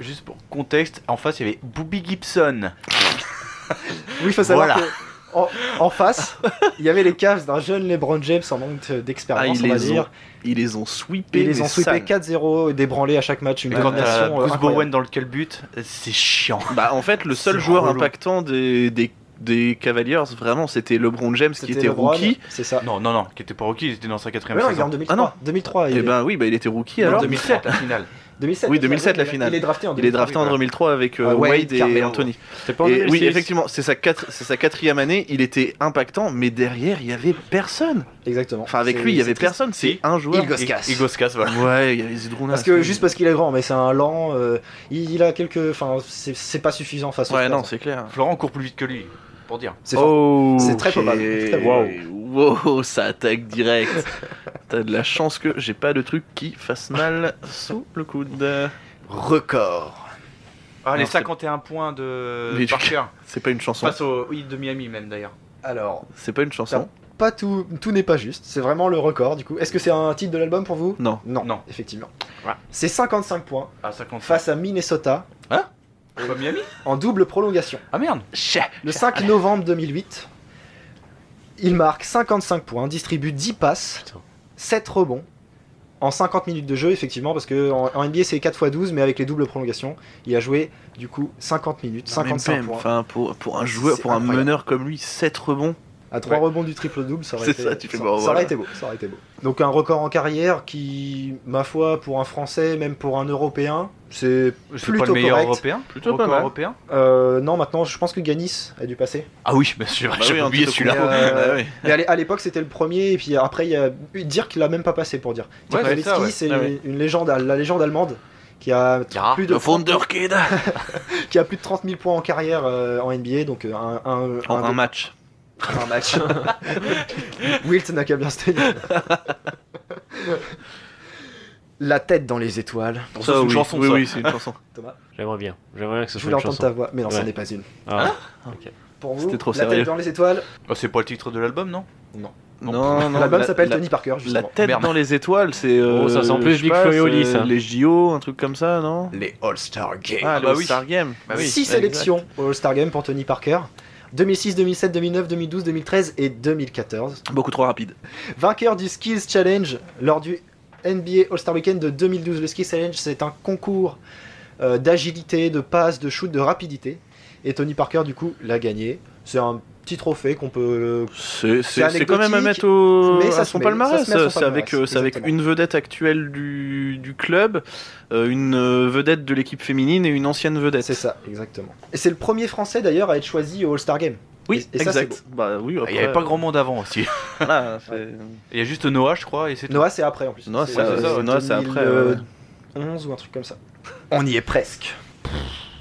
Juste pour contexte, en face il y avait Booby Gibson.
Oui, il faut savoir
Voilà.
que en, en face, il y avait les Cavs d'un jeune LeBron James en manque de-
Ah,
d'expérience,
ils,
on va
les ont,
dire.
ils les ont sweepés.
Et ils les
mais
ont sweepés
sales.
4-0 et débranlés à chaque match une
Et quand t'as
domination. euh,
Bruce
incroyable.
Bowen dans lequel but, euh, c'est chiant.
Bah, en fait, le seul
C'est
joueur
relou.
impactant des, des, des Cavaliers, vraiment, c'était LeBron James qui
C'était
était
LeBron,
rookie.
C'est ça.
Non, non, non, qui était pas rookie, il était dans sa quatrième
Mais non, il est en
saison.
2003.
Ah non.
2003 il
Et
est-
ben oui, bah, il était rookie
Non,
alors.
En 2007, la finale.
2007.
Oui,
c'est ça,
2007, la
il est-
finale.
Il est drafté en
Il est drafté en
2008.
2003 avec euh,
Ah, Wade,
Wade et
Carmelo.
Anthony.
C'est pas en
Et oui,
2006.
effectivement, c'est sa, quatre- c'est sa quatrième année, il était impactant, mais derrière, il y avait personne.
Exactement.
Enfin, avec
C'est-
lui, il y
c'est
avait
triste.
personne, c'est un joueur.
Ilgauskas.
Igoskas, voilà.
Ouais, il y avait Zidrounas.
Parce que juste parce qu'il est grand, mais c'est un lent. euh, il, il a quelques. Enfin, c'est c'est pas suffisant face au
Ouais,
Spurs.
non, c'est clair.
Florent court plus vite que lui, pour dire.
C'est fort.
Oh,
C'est très
ok.
probable. Très
Wow. ça attaque direct. T'as de la chance que j'ai pas de truc qui fasse mal sous le coude.
Record.
Ah, les
Non, c'est-
51 points de
Mais du-
Parker.
C'est pas une chanson.
Face au oui, de Miami, même d'ailleurs.
Alors,
C'est pas une chanson.
pas tout. Tout n'est pas juste. C'est vraiment le record, du coup. Est-ce que c'est un titre de l'album pour vous
Non.
Non.
Non.
Effectivement.
Ouais.
C'est 55 points
Ah, 50
face à Minnesota
Pas Euh, Miami
en double prolongation.
Ah merde
Le
Ah.
5 novembre 2008, il marque 55 points, distribue 10 passes,
Putain.
7 rebonds en 50 minutes de jeu, effectivement, parce que en, en NBA c'est 4 x 12, mais avec les doubles prolongations, il a joué du coup 50 minutes,
Non, mais
55
même,
points.
Enfin, pour, pour un joueur,
C'est
pour un
incroyable.
meneur comme lui, 7 rebonds.
À 3
Ouais.
rebonds du triple-double, ça, aurait
C'est
été-
ça, tu fais
ça-
bon,
ça
voilà.
aurait été beau. Ça aurait été beau. Donc un record en carrière qui, ma foi, pour un Français, même pour un Européen, c'est
C'est pas
plutôt
le meilleur
correct.
européen
Plutôt
Record
pas mal.
européen
Euh, non, maintenant, je pense que Ganis a dû passer.
Ah oui, bien sûr,
Bah
j'ai
oui, en
oublié
tête au
celui-là.
combo.
Euh,
Bah oui.
Mais à l'é- à l'époque, c'était le premier, et puis après, il y a Dirk l'a même pas passé pour dire. Dirk
Ouais, c'est ça,
Nowitzki,
ouais.
c'est
Ah ouais.
une légende, la légende allemande qui a,
Gara.
plus de
Le Wonderkid
qui a plus de 30 000 points en carrière euh, en NBA, donc euh, un, un,
En
un-
un match.
un match. Wilt n'a qu'à bien se tenir. La tête dans les étoiles.
Pour ça, c'est une
oui.
chanson,
Oui,
ça.
oui, c'est une chanson.
J'aimerais bien. J'aimerais bien que ce
Je
soit
voulais
une
entendre
chanson.
ta voix, mais non, ça
Ouais.
n'est pas une.
Ah,
Pour vous,
C'était trop
la
sérieux.
tête dans les étoiles.
Ah, c'est pas le titre de l'album, non Non,
Non, non.
L'album
la-
s'appelle
la-
Tony Parker,
La
justement.
tête
Merde.
dans les étoiles, c'est.
Oh, ça
euh,
sent plus
je sais
Vic
pas,
Faioli,
c'est
ça.
Les JO, un truc comme ça, non
Les All-Star Games.
Ah,
Ah,
le
bah oui.
Star Game.
Bah oui.
Six
Ouais, exact.
sélections au All-Star Game pour Tony Parker. 2006, 2007, 2009, 2012, 2013 et 2014.
Beaucoup trop rapide.
Vainqueur du Skills Challenge lors du NBA All-Star Weekend de 2012. Le Skills Challenge, c'est un concours euh, d'agilité, de passe, de shoot, de rapidité. Et Tony Parker, du coup, l'a gagné. C'est un petit trophée qu'on peut. euh,
C'est-
C'est
C'est c'est quand même à
anecdotique,
mettre au,
mais ça
à
se
son
met-
palmarès.
ça se met à son
C'est avec,
palmarès,
euh, c'est avec
exactement.
une vedette actuelle du, du club, euh, une euh, vedette de l'équipe féminine et une ancienne vedette.
C'est ça, exactement. Et c'est le premier Français d'ailleurs à être choisi au All-Star Game.
Oui,
Et- et ça,
exact. bah oui,
Ah, Il y avait pas grand monde avant aussi.
euh, ah,
Voilà, c'est-
Il y a juste Noah, je crois, et c'est tout.
Noah, c'est euh, après en plus.
Noah, c'est
ouais, c'est ça, ouais.
Noah, c'est après,
11 ou un truc comme ça. On y est presque.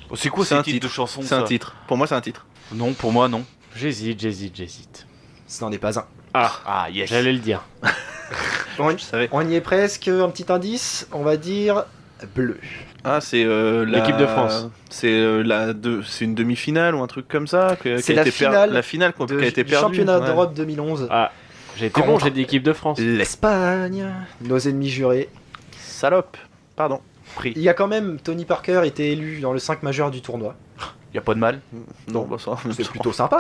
Oh, C'est quoi
C'est un
ces titres de chansons
C'est un
ça
titre. Pour moi, c'est un titre.
Non, pour moi, non.
J'hésite, j'hésite, j'hésite.
Ce n'en est pas un.
Ah,
Ah, yes.
j'allais le dire.
On,
Je savais.
on y est presque. Un petit indice, on va dire bleu.
Ah, c'est euh, la-
L'équipe de France.
C'est euh, la deux- c'est une demi-finale ou un truc comme ça. que-
C'est
qui a
la
été per-
finale
la finale qu'on- qui
de-
a été
du
perdue.
championnat
ouais.
d'Europe 2011.
J'ai été bon,
Contre.
j'ai dit équipe de France.
L'Espagne, nos ennemis jurés.
Salope. Pardon.
Il y a quand même Tony Parker était élu dans le 5 majeur du tournoi.
Y a pas de mal.
Non, bah, ça.
C'est plutôt sympa.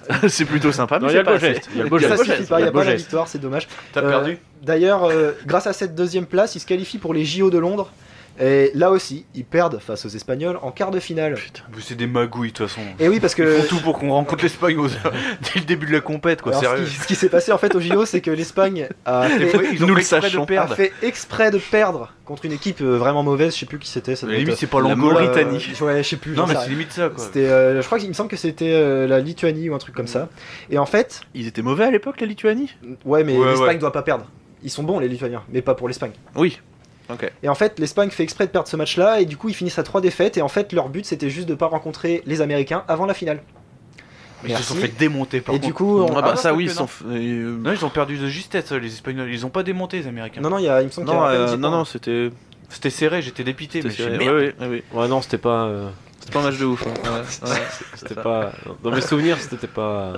c'est plutôt sympa, mais
Non, il y a
c'est
le beau
pas assez.
geste. Il y a le beau
Il y a
ça
le beau
geste.
suffit pas, il
il y
n'y a
a le beau
pas la
geste.
victoire, c'est dommage.
T'as
Euh,
perdu
D'ailleurs, euh, grâce à cette deuxième place, ils se qualifient pour les JO de Londres. Et là aussi, ils perdent face aux Espagnols en quart de finale.
Mais C'est des magouilles, de toute façon.
Et oui, parce que
Ils font tout pour qu'on rencontre l'Espagne aux- dès le début de la compète, quoi,
alors, ce
sérieux.
qui, ce qui s'est passé en fait aux JO, c'est que l'Espagne a fait
Ils ont
Nous
fait
le
exprès de
sachons.
a
perdre.
fait exprès de perdre contre une équipe euh, vraiment mauvaise, je sais plus qui c'était. ça
À
doit
la
être,
limite, c'est pas
la
euh,
l'Angola.
Mauritanie.
Ouais, je sais plus.
Non,
j'en
mais
sais
c'est
rien.
limite ça, quoi.
C'était, euh, je crois qu'il me semble que c'était euh, la Lituanie ou un truc comme ça. Et en fait,
Ils étaient mauvais à l'époque, la Lituanie
ouais, mais
Ouais,
l'Espagne
ouais.
doit pas perdre. Ils sont bons les Lituaniens, mais pas pour l'Espagne.
Oui. Ok.
Et en fait, l'Espagne fait exprès de perdre ce match-là, et du coup, ils finissent à trois défaites. Et en fait, leur but, c'était juste de pas rencontrer les Américains avant la finale.
Mais ils se sont
Merci.
fait démonter par
et du coup, on-
ah bah
Ah,
ça,
parce
oui,
que
ils sont. euh,
Non, ils ont perdu de justesse, les Espagnols. Ils ont pas démonté, les Américains.
non, non, il, y a, il me semble qu'il y
Non,
a à peine
euh,
dix
non,
points.
non, c'était.
C'était serré, j'étais dépité.
C'était
Mais je suis
ouais,
merde.
ouais, ouais, ouais.
Ouais, non, c'était pas. euh,
C'était pas un match de ouf. hein. Ouais, ouais.
C'était pas. euh, Dans mes souvenirs, c'était pas. euh,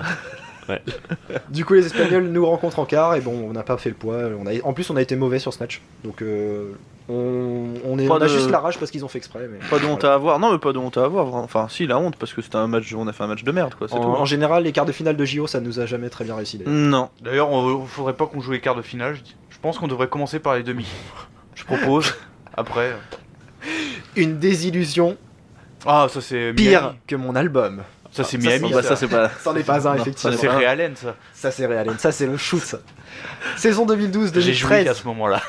Du coup, les Espagnols nous rencontrent en quart, et bon, on n'a pas fait le poids. On a, en plus, on a été mauvais sur ce match. Donc, euh, on, on est,
Pas
on a
de-
juste la rage parce qu'ils ont fait exprès. Mais...
Pas de honte à avoir. Non, mais pas de honte à avoir. vraiment. Enfin, si, la honte, parce que c'était un match. On a fait un match de merde, quoi. C'est
En,
tout.
en général, les quarts de finale de JO, ça nous a jamais très bien réussi. d'ailleurs.
Non.
D'ailleurs, on- faudrait pas qu'on joue les quarts de finale. je dis. Je pense qu'on devrait commencer par les demi. Je propose. Après. euh.
Une désillusion
Ah, ça c'est.
pire
Miami.
que mon album.
Ça c'est
ça,
Bon,
Miami.
bah,
ça.
ça, c'est pas.
C'en est pas un,
Non,
effectivement.
Ça, c'est Ray Allen, ça.
Ça, c'est réel. Ça, c'est le shoot, ça. Saison 2012-2013.
J'ai joué à ce moment-là.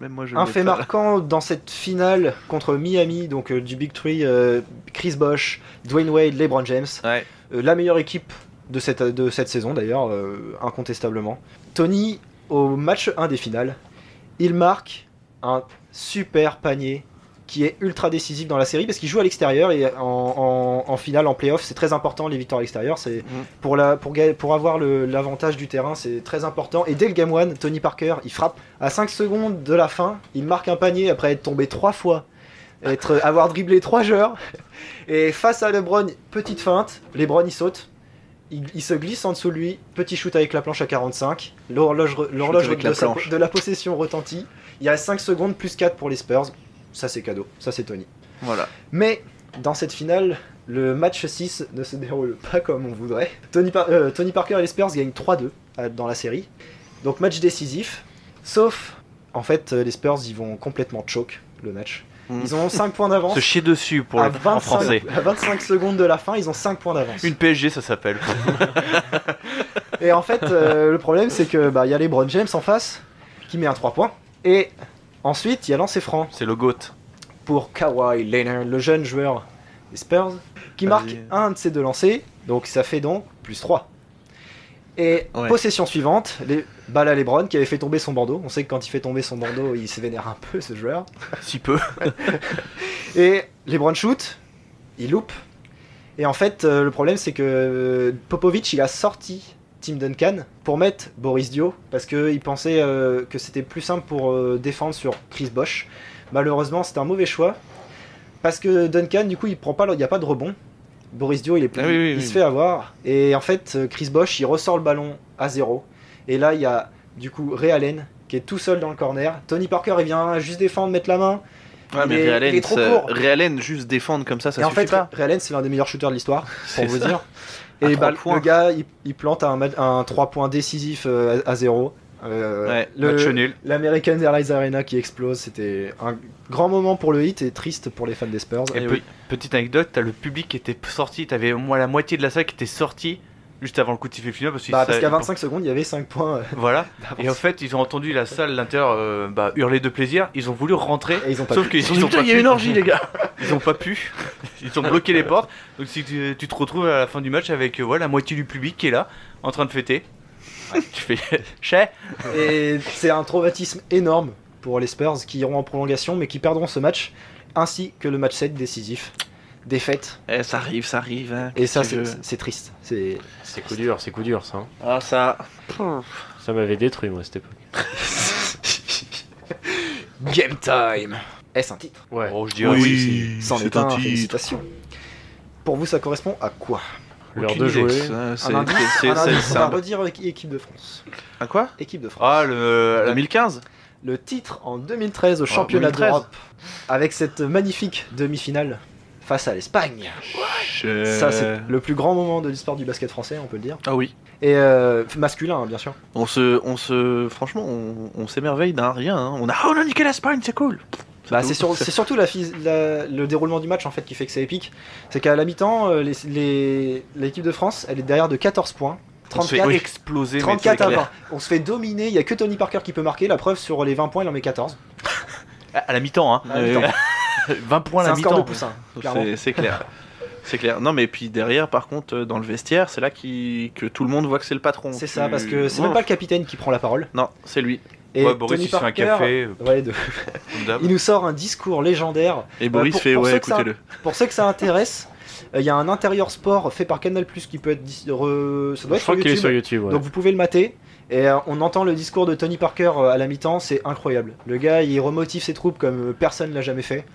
Même moi, je
Un
l'ai
fait
pas.
marquant dans cette finale contre Miami, donc euh, du Big Three, euh, Chris Bosh, Dwayne Wade, LeBron James.
Ouais.
Euh, la meilleure équipe de cette, de cette saison d'ailleurs, euh, incontestablement. Tony, au match 1 des finales, il marque un super panier qui est ultra décisif dans la série parce qu'il joue à l'extérieur et en, en- en finale, en playoff, c'est très important les victoires à l'extérieur. C'est pour, la, pour, ga- pour avoir le- l'avantage du terrain, c'est très important. Et dès le game 1, Tony Parker, il frappe. À 5 secondes de la fin, il marque un panier après être tombé 3 fois, être, avoir dribblé 3 joueurs. Et face à LeBron, petite feinte, LeBron il saute. Il, il se glisse en dessous de lui, petit shoot avec la planche à 45. L'horloge re- l'horloge
avec
de,
la
sa-
planche.
de la possession retentit. Il reste 5 secondes, plus 4 pour les Spurs. Ça c'est cadeau, ça c'est Tony.
Voilà.
Mais dans cette finale, le match 6 ne se déroule pas comme on voudrait. Tony, Par- euh, Tony Parker et les Spurs gagnent 3-2 à- dans la série. Donc match décisif. Sauf, en fait, euh, les Spurs, ils vont complètement choke le match.
Mm.
Ils ont 5 points d'avance.
Se chier dessus pour
à
le... en français.
à 25 secondes de la fin, ils ont 5 points d'avance.
Une PSG, ça s'appelle.
Et en fait, euh, le problème, c'est que bah, il y a LeBron James en face qui met un 3 points. Et ensuite, il y a lancé franc
C'est le GOAT.
pour Kawhi Leonard, le jeune joueur des Spurs, qui marque
Vas-y.
un de ses deux lancers, donc ça fait donc plus 3. Et
Ouais.
possession suivante, les balles à Lebron qui avait fait tomber son bandeau. On sait que quand il fait tomber son bandeau, il se vénère un peu ce joueur.
Si peu.
Et Lebron shoot, il loupe. Et en fait, euh, le problème c'est que euh, Popovic il a sorti Tim Duncan pour mettre Boris Dio parce qu'il pensait euh, que c'était plus simple pour euh, défendre sur Chris Bosch. Malheureusement, c'était un mauvais choix parce que Duncan, du coup, il prend pas, le- il n'y a pas de rebond. Boris Dio, il est plus,
Ah oui, oui,
il
oui.
se fait avoir. Et en fait, euh, Chris Bosch, il ressort le ballon à zéro. Et là, il y a du coup Ray Allen qui est tout seul dans le corner. Tony Parker, il vient juste défendre, mettre la main.
Ouais,
Il
mais Ray
est- il est
Allen,
trop
ça-
court.
Ray Allen, juste défendre comme ça, ça
et en
suffit
fait,
pas.
Ray Allen, c'est l'un des meilleurs shooters de l'histoire, pour
C'est
vous
ça.
dire.
À
Et
trois
bah,
points.
le gars, il, il plante un, ma- un 3 points décisif euh, à 0.
Ouais,
Euh,
match nul.
L'American Airlines Arena qui explose, c'était un grand moment pour le hit et triste pour les fans des Spurs.
Et
Eh
pe-
oui.
Petite anecdote, t'as le public qui était sorti, t'avais au moins la moitié de la salle qui était sortie juste avant le coup de sifflet final parce, qu'ils
Bah, parce
sa-
qu'à 25 secondes, il y avait 5 points euh,
Voilà.
d'avance.
Et en fait, ils ont entendu la salle l'intérieur euh, bah, hurler de plaisir. Ils ont voulu rentrer,
Et ils ont pas
sauf
pu.
qu'ils
Ils ont dit,
ont
Putain,
pas
il y a
pu.
une orgie, les gars.
Ils ont pas pu. Ils ont bloqué les portes. Donc si tu, tu te retrouves à la fin du match avec euh, voilà la moitié du public qui est là en train de fêter. Ouais, tu fais chais.
Et c'est un traumatisme énorme pour les Spurs qui iront en prolongation mais qui perdront ce match ainsi que le match 7 décisif. Défaite.
Eh, ça arrive, ça arrive. hein,
Et ça,
qu'est-ce que
c'est
tu veux
c'est triste. C'est
C'est coup dur, c'est coup dur ça. hein.
Ah, ça.
Ça m'avait détruit moi à cette époque.
Game time. Est-ce un titre
Ouais.
Oh, je dis
Oui,
C'en est,
c'est
un,
un titre.
félicitations. Pour vous, ça correspond à quoi
L'heure
aucune
de
idée.
jouer.
Ça,
hein, Un
c'est-
indice,
c'est-
un
c'est
indice, on va
simple.
redire équi- équipe de France.
À quoi
Équipe de France.
Ah
Euh,
le la-
2015
Le titre en 2013 au championnat
2013.
d'Europe, avec cette magnifique demi-finale face à l'Espagne.
Euh,
Ça, c'est le plus grand moment de l'histoire du basket français, on peut le dire.
Ah oui.
Et euh, masculin, hein, bien sûr.
On se, on se, franchement, on, on s'émerveille d'un rien. hein. On a, oh, on a niqué l'Espagne, c'est cool.
Bah,
tout.
c'est sur- c'est surtout la phys- la- le déroulement du match en fait qui fait que c'est épique. C'est qu'à la mi-temps, euh, les- les- l'équipe de France, elle est derrière de 14 points.
on se fait
34
exploser. mais
34
c'est
à
clair.
20. On se fait dominer, il y a que Tony Parker qui peut marquer. La preuve, sur les 20 points, il en met 14.
À, à la mi-temps hein.
À la mi-temps.
20 points à
C'est
la
un score de
mi-temps.
poussin, Ah, clairement.
C'est c'est clair. C'est clair. Non, mais puis derrière, par contre, euh, dans le vestiaire, c'est là qui, que tout le monde voit que c'est le patron.
C'est
Tu-
ça, parce que c'est
Oh.
même pas le capitaine qui prend la parole.
Non, c'est lui.
Et
ouais, Boris,
Tony
il se fait un
Parker,
café. euh,
ouais, de-
comme d'hab.
il nous sort un discours légendaire.
Et Boris
Euh, pour-
fait,
pour
ouais,
ceux que ça-
écoutez-le.
Pour ceux que ça intéresse, euh, il y a un intérieur sport fait par Canal Plus qui peut être. dis- re- Ça doit
Je
être sur
crois qu'il est
YouTube.
sur YouTube. ouais.
Donc vous pouvez le mater. Et euh, on entend le discours de Tony Parker euh, à la mi-temps, c'est incroyable. Le gars, il remotive ses troupes comme euh, personne l'a jamais fait.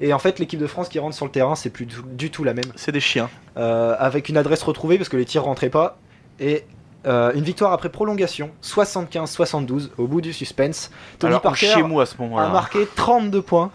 Et en fait, l'équipe de France qui rentre sur le terrain, c'est plus du- du tout la même.
C'est des chiens.
Euh, avec une adresse retrouvée parce que les tirs rentraient pas. Et euh, une victoire après prolongation, 75-72, au bout du suspense. Tony
Alors,
Parker
chez moi à ce
a
moment-là.
marqué 32 points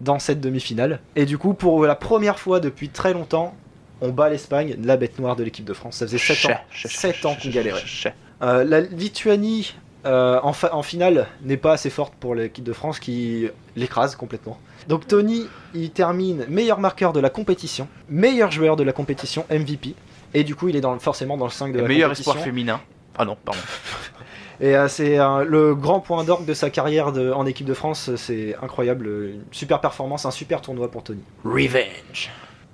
dans cette demi-finale. Et du coup, pour la première fois depuis très longtemps, on bat l'Espagne, la bête noire de l'équipe de France. Ça faisait 7 ans,
Chat, chat,
sept
chat,
ans qu'on
chat,
galérait.
chat, chat.
Euh, la Lituanie euh, en, fa- en finale n'est pas assez forte pour l'équipe de France qui l'écrase complètement. Donc Tony, il termine meilleur marqueur de la compétition, meilleur joueur de la compétition MVP. Et du coup, il est dans, le- forcément dans le 5 de
Le
la
meilleur
compétition.
espoir féminin. Ah non, pardon.
Et euh, c'est euh, le grand point d'orgue de sa carrière de- en équipe de France. euh, C'est incroyable. euh, Une super performance, un super tournoi pour Tony. Revenge.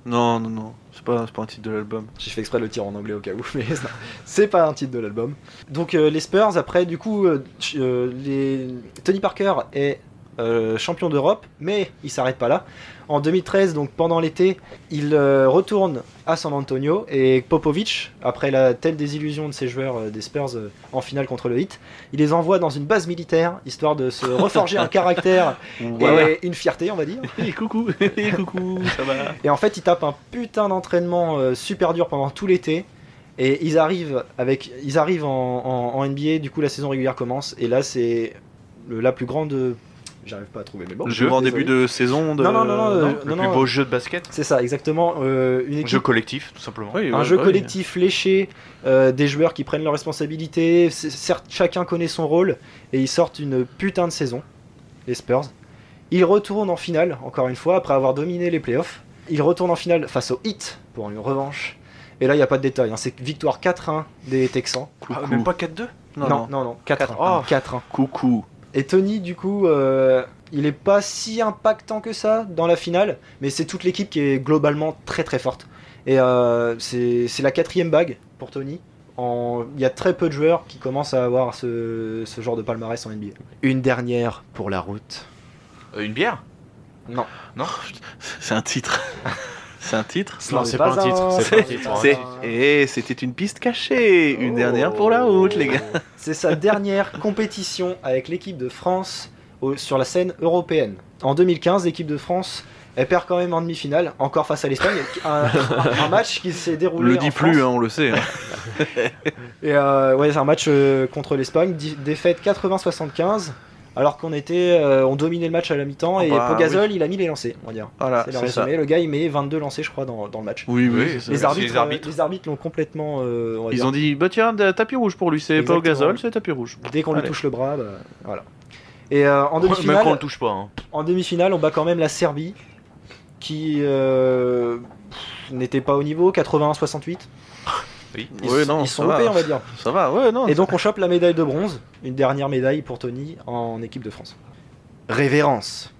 Non, non, non. C'est pas, c'est pas un titre de l'album.
J'ai fait exprès de le tirer en anglais au cas où, mais c'est- c'est pas un titre de l'album. Donc euh, les Spurs, après, du coup, euh, ch- euh, les... Tony Parker est euh, champion d'Europe, mais il s'arrête pas là. En 2013, donc pendant l'été, il euh, retourne à San Antonio et Popovic, après la telle désillusion de ses joueurs euh, des Spurs euh, en finale contre le Heat, il les envoie dans une base militaire, histoire de se reforger un caractère
Ouais.
et une fierté, on va dire.
Et... coucou, et coucou, ça va.
Et en fait, ils tapent un putain d'entraînement euh, super dur pendant tout l'été. Et ils arrivent, avec, ils arrivent en, en- en NBA, du coup la saison régulière commence. Et là, c'est le- la plus grande. J'arrive pas à trouver mes mots.
Le plus grand début de saison de.
Non, non, non, non, euh,
Le
non,
plus
non.
beau jeu de basket
C'est ça, exactement. euh, une équipe-
Jeu collectif, tout simplement.
Oui,
un
ouais,
jeu
ouais.
collectif léché, euh, des joueurs qui prennent leurs responsabilités. c'est- Certes, chacun connaît son rôle. Et ils sortent une putain de saison, les Spurs. Ils retournent en finale, encore une fois, après avoir dominé les playoffs. Ils retournent en finale face aux Heat pour une revanche. Et là, il n'y a pas de détail. hein, C'est victoire 4-1 des Texans.
Coucou.
même pas 4-2
Ah, Non, non.
non, 4-1.
Oh.
4-1.
Coucou.
Et Tony, du coup, euh, il est pas si impactant que ça dans la finale, mais c'est toute l'équipe qui est globalement très très forte. Et euh, c'est c'est la quatrième bague pour Tony. En- Il y a très peu de joueurs qui commencent à avoir ce, ce genre de palmarès en NBA. Une dernière pour la route.
Euh, Une bière
Non.
Non
C'est un titre. C'est un titre.
Non,
c'est pas un titre,
hein.
c'est pas un titre. hein.
C'est. Et c'était une piste cachée. Une dernière pour la route, les gars.
Oh. C'est sa dernière compétition avec l'équipe de France au- sur la scène européenne. En 2015, l'équipe de France, elle perd quand même en demi-finale, encore face à l'Espagne. Un, un match qui s'est déroulé.
le
en
dit plus,
France.
hein, on le sait. hein.
Et euh, ouais, c'est un match euh, contre l'Espagne, di- défaite 80-75. Alors qu'on était, euh, on dominait le match à la mi-temps
Ah
et
bah,
Pogazol il a mis les lancers, on va dire.
Voilà,
c'est le
c'est ça.
résumé. Le gars il met 22 lancers je crois dans, dans le match.
Oui, oui.
Oui,
c'est
Les
ça.
ar-
arbitres,
les
euh,
arbitres.
les arbitres l'ont complètement, euh, on va
Ils
dire,
ont dit, bah tiens, de- tapis rouge pour lui. C'est pas au
Exactement.
gazole, c'est tapis rouge.
dès qu'on lui
Allez.
touche le bras, bah, voilà. Et euh, en
Même
demi-finale,
quand on le touche pas. hein.
En demi-finale, on bat quand même la Serbie, qui euh, pff, n'était pas au niveau, 81-68.
Oui.
Ils,
Ouais, non,
ils
ça
sont
va.
loupés, on va dire.
Ça va, ouais, non.
Et donc on chope la médaille de bronze, une dernière médaille pour Tony en équipe de France. Révérence.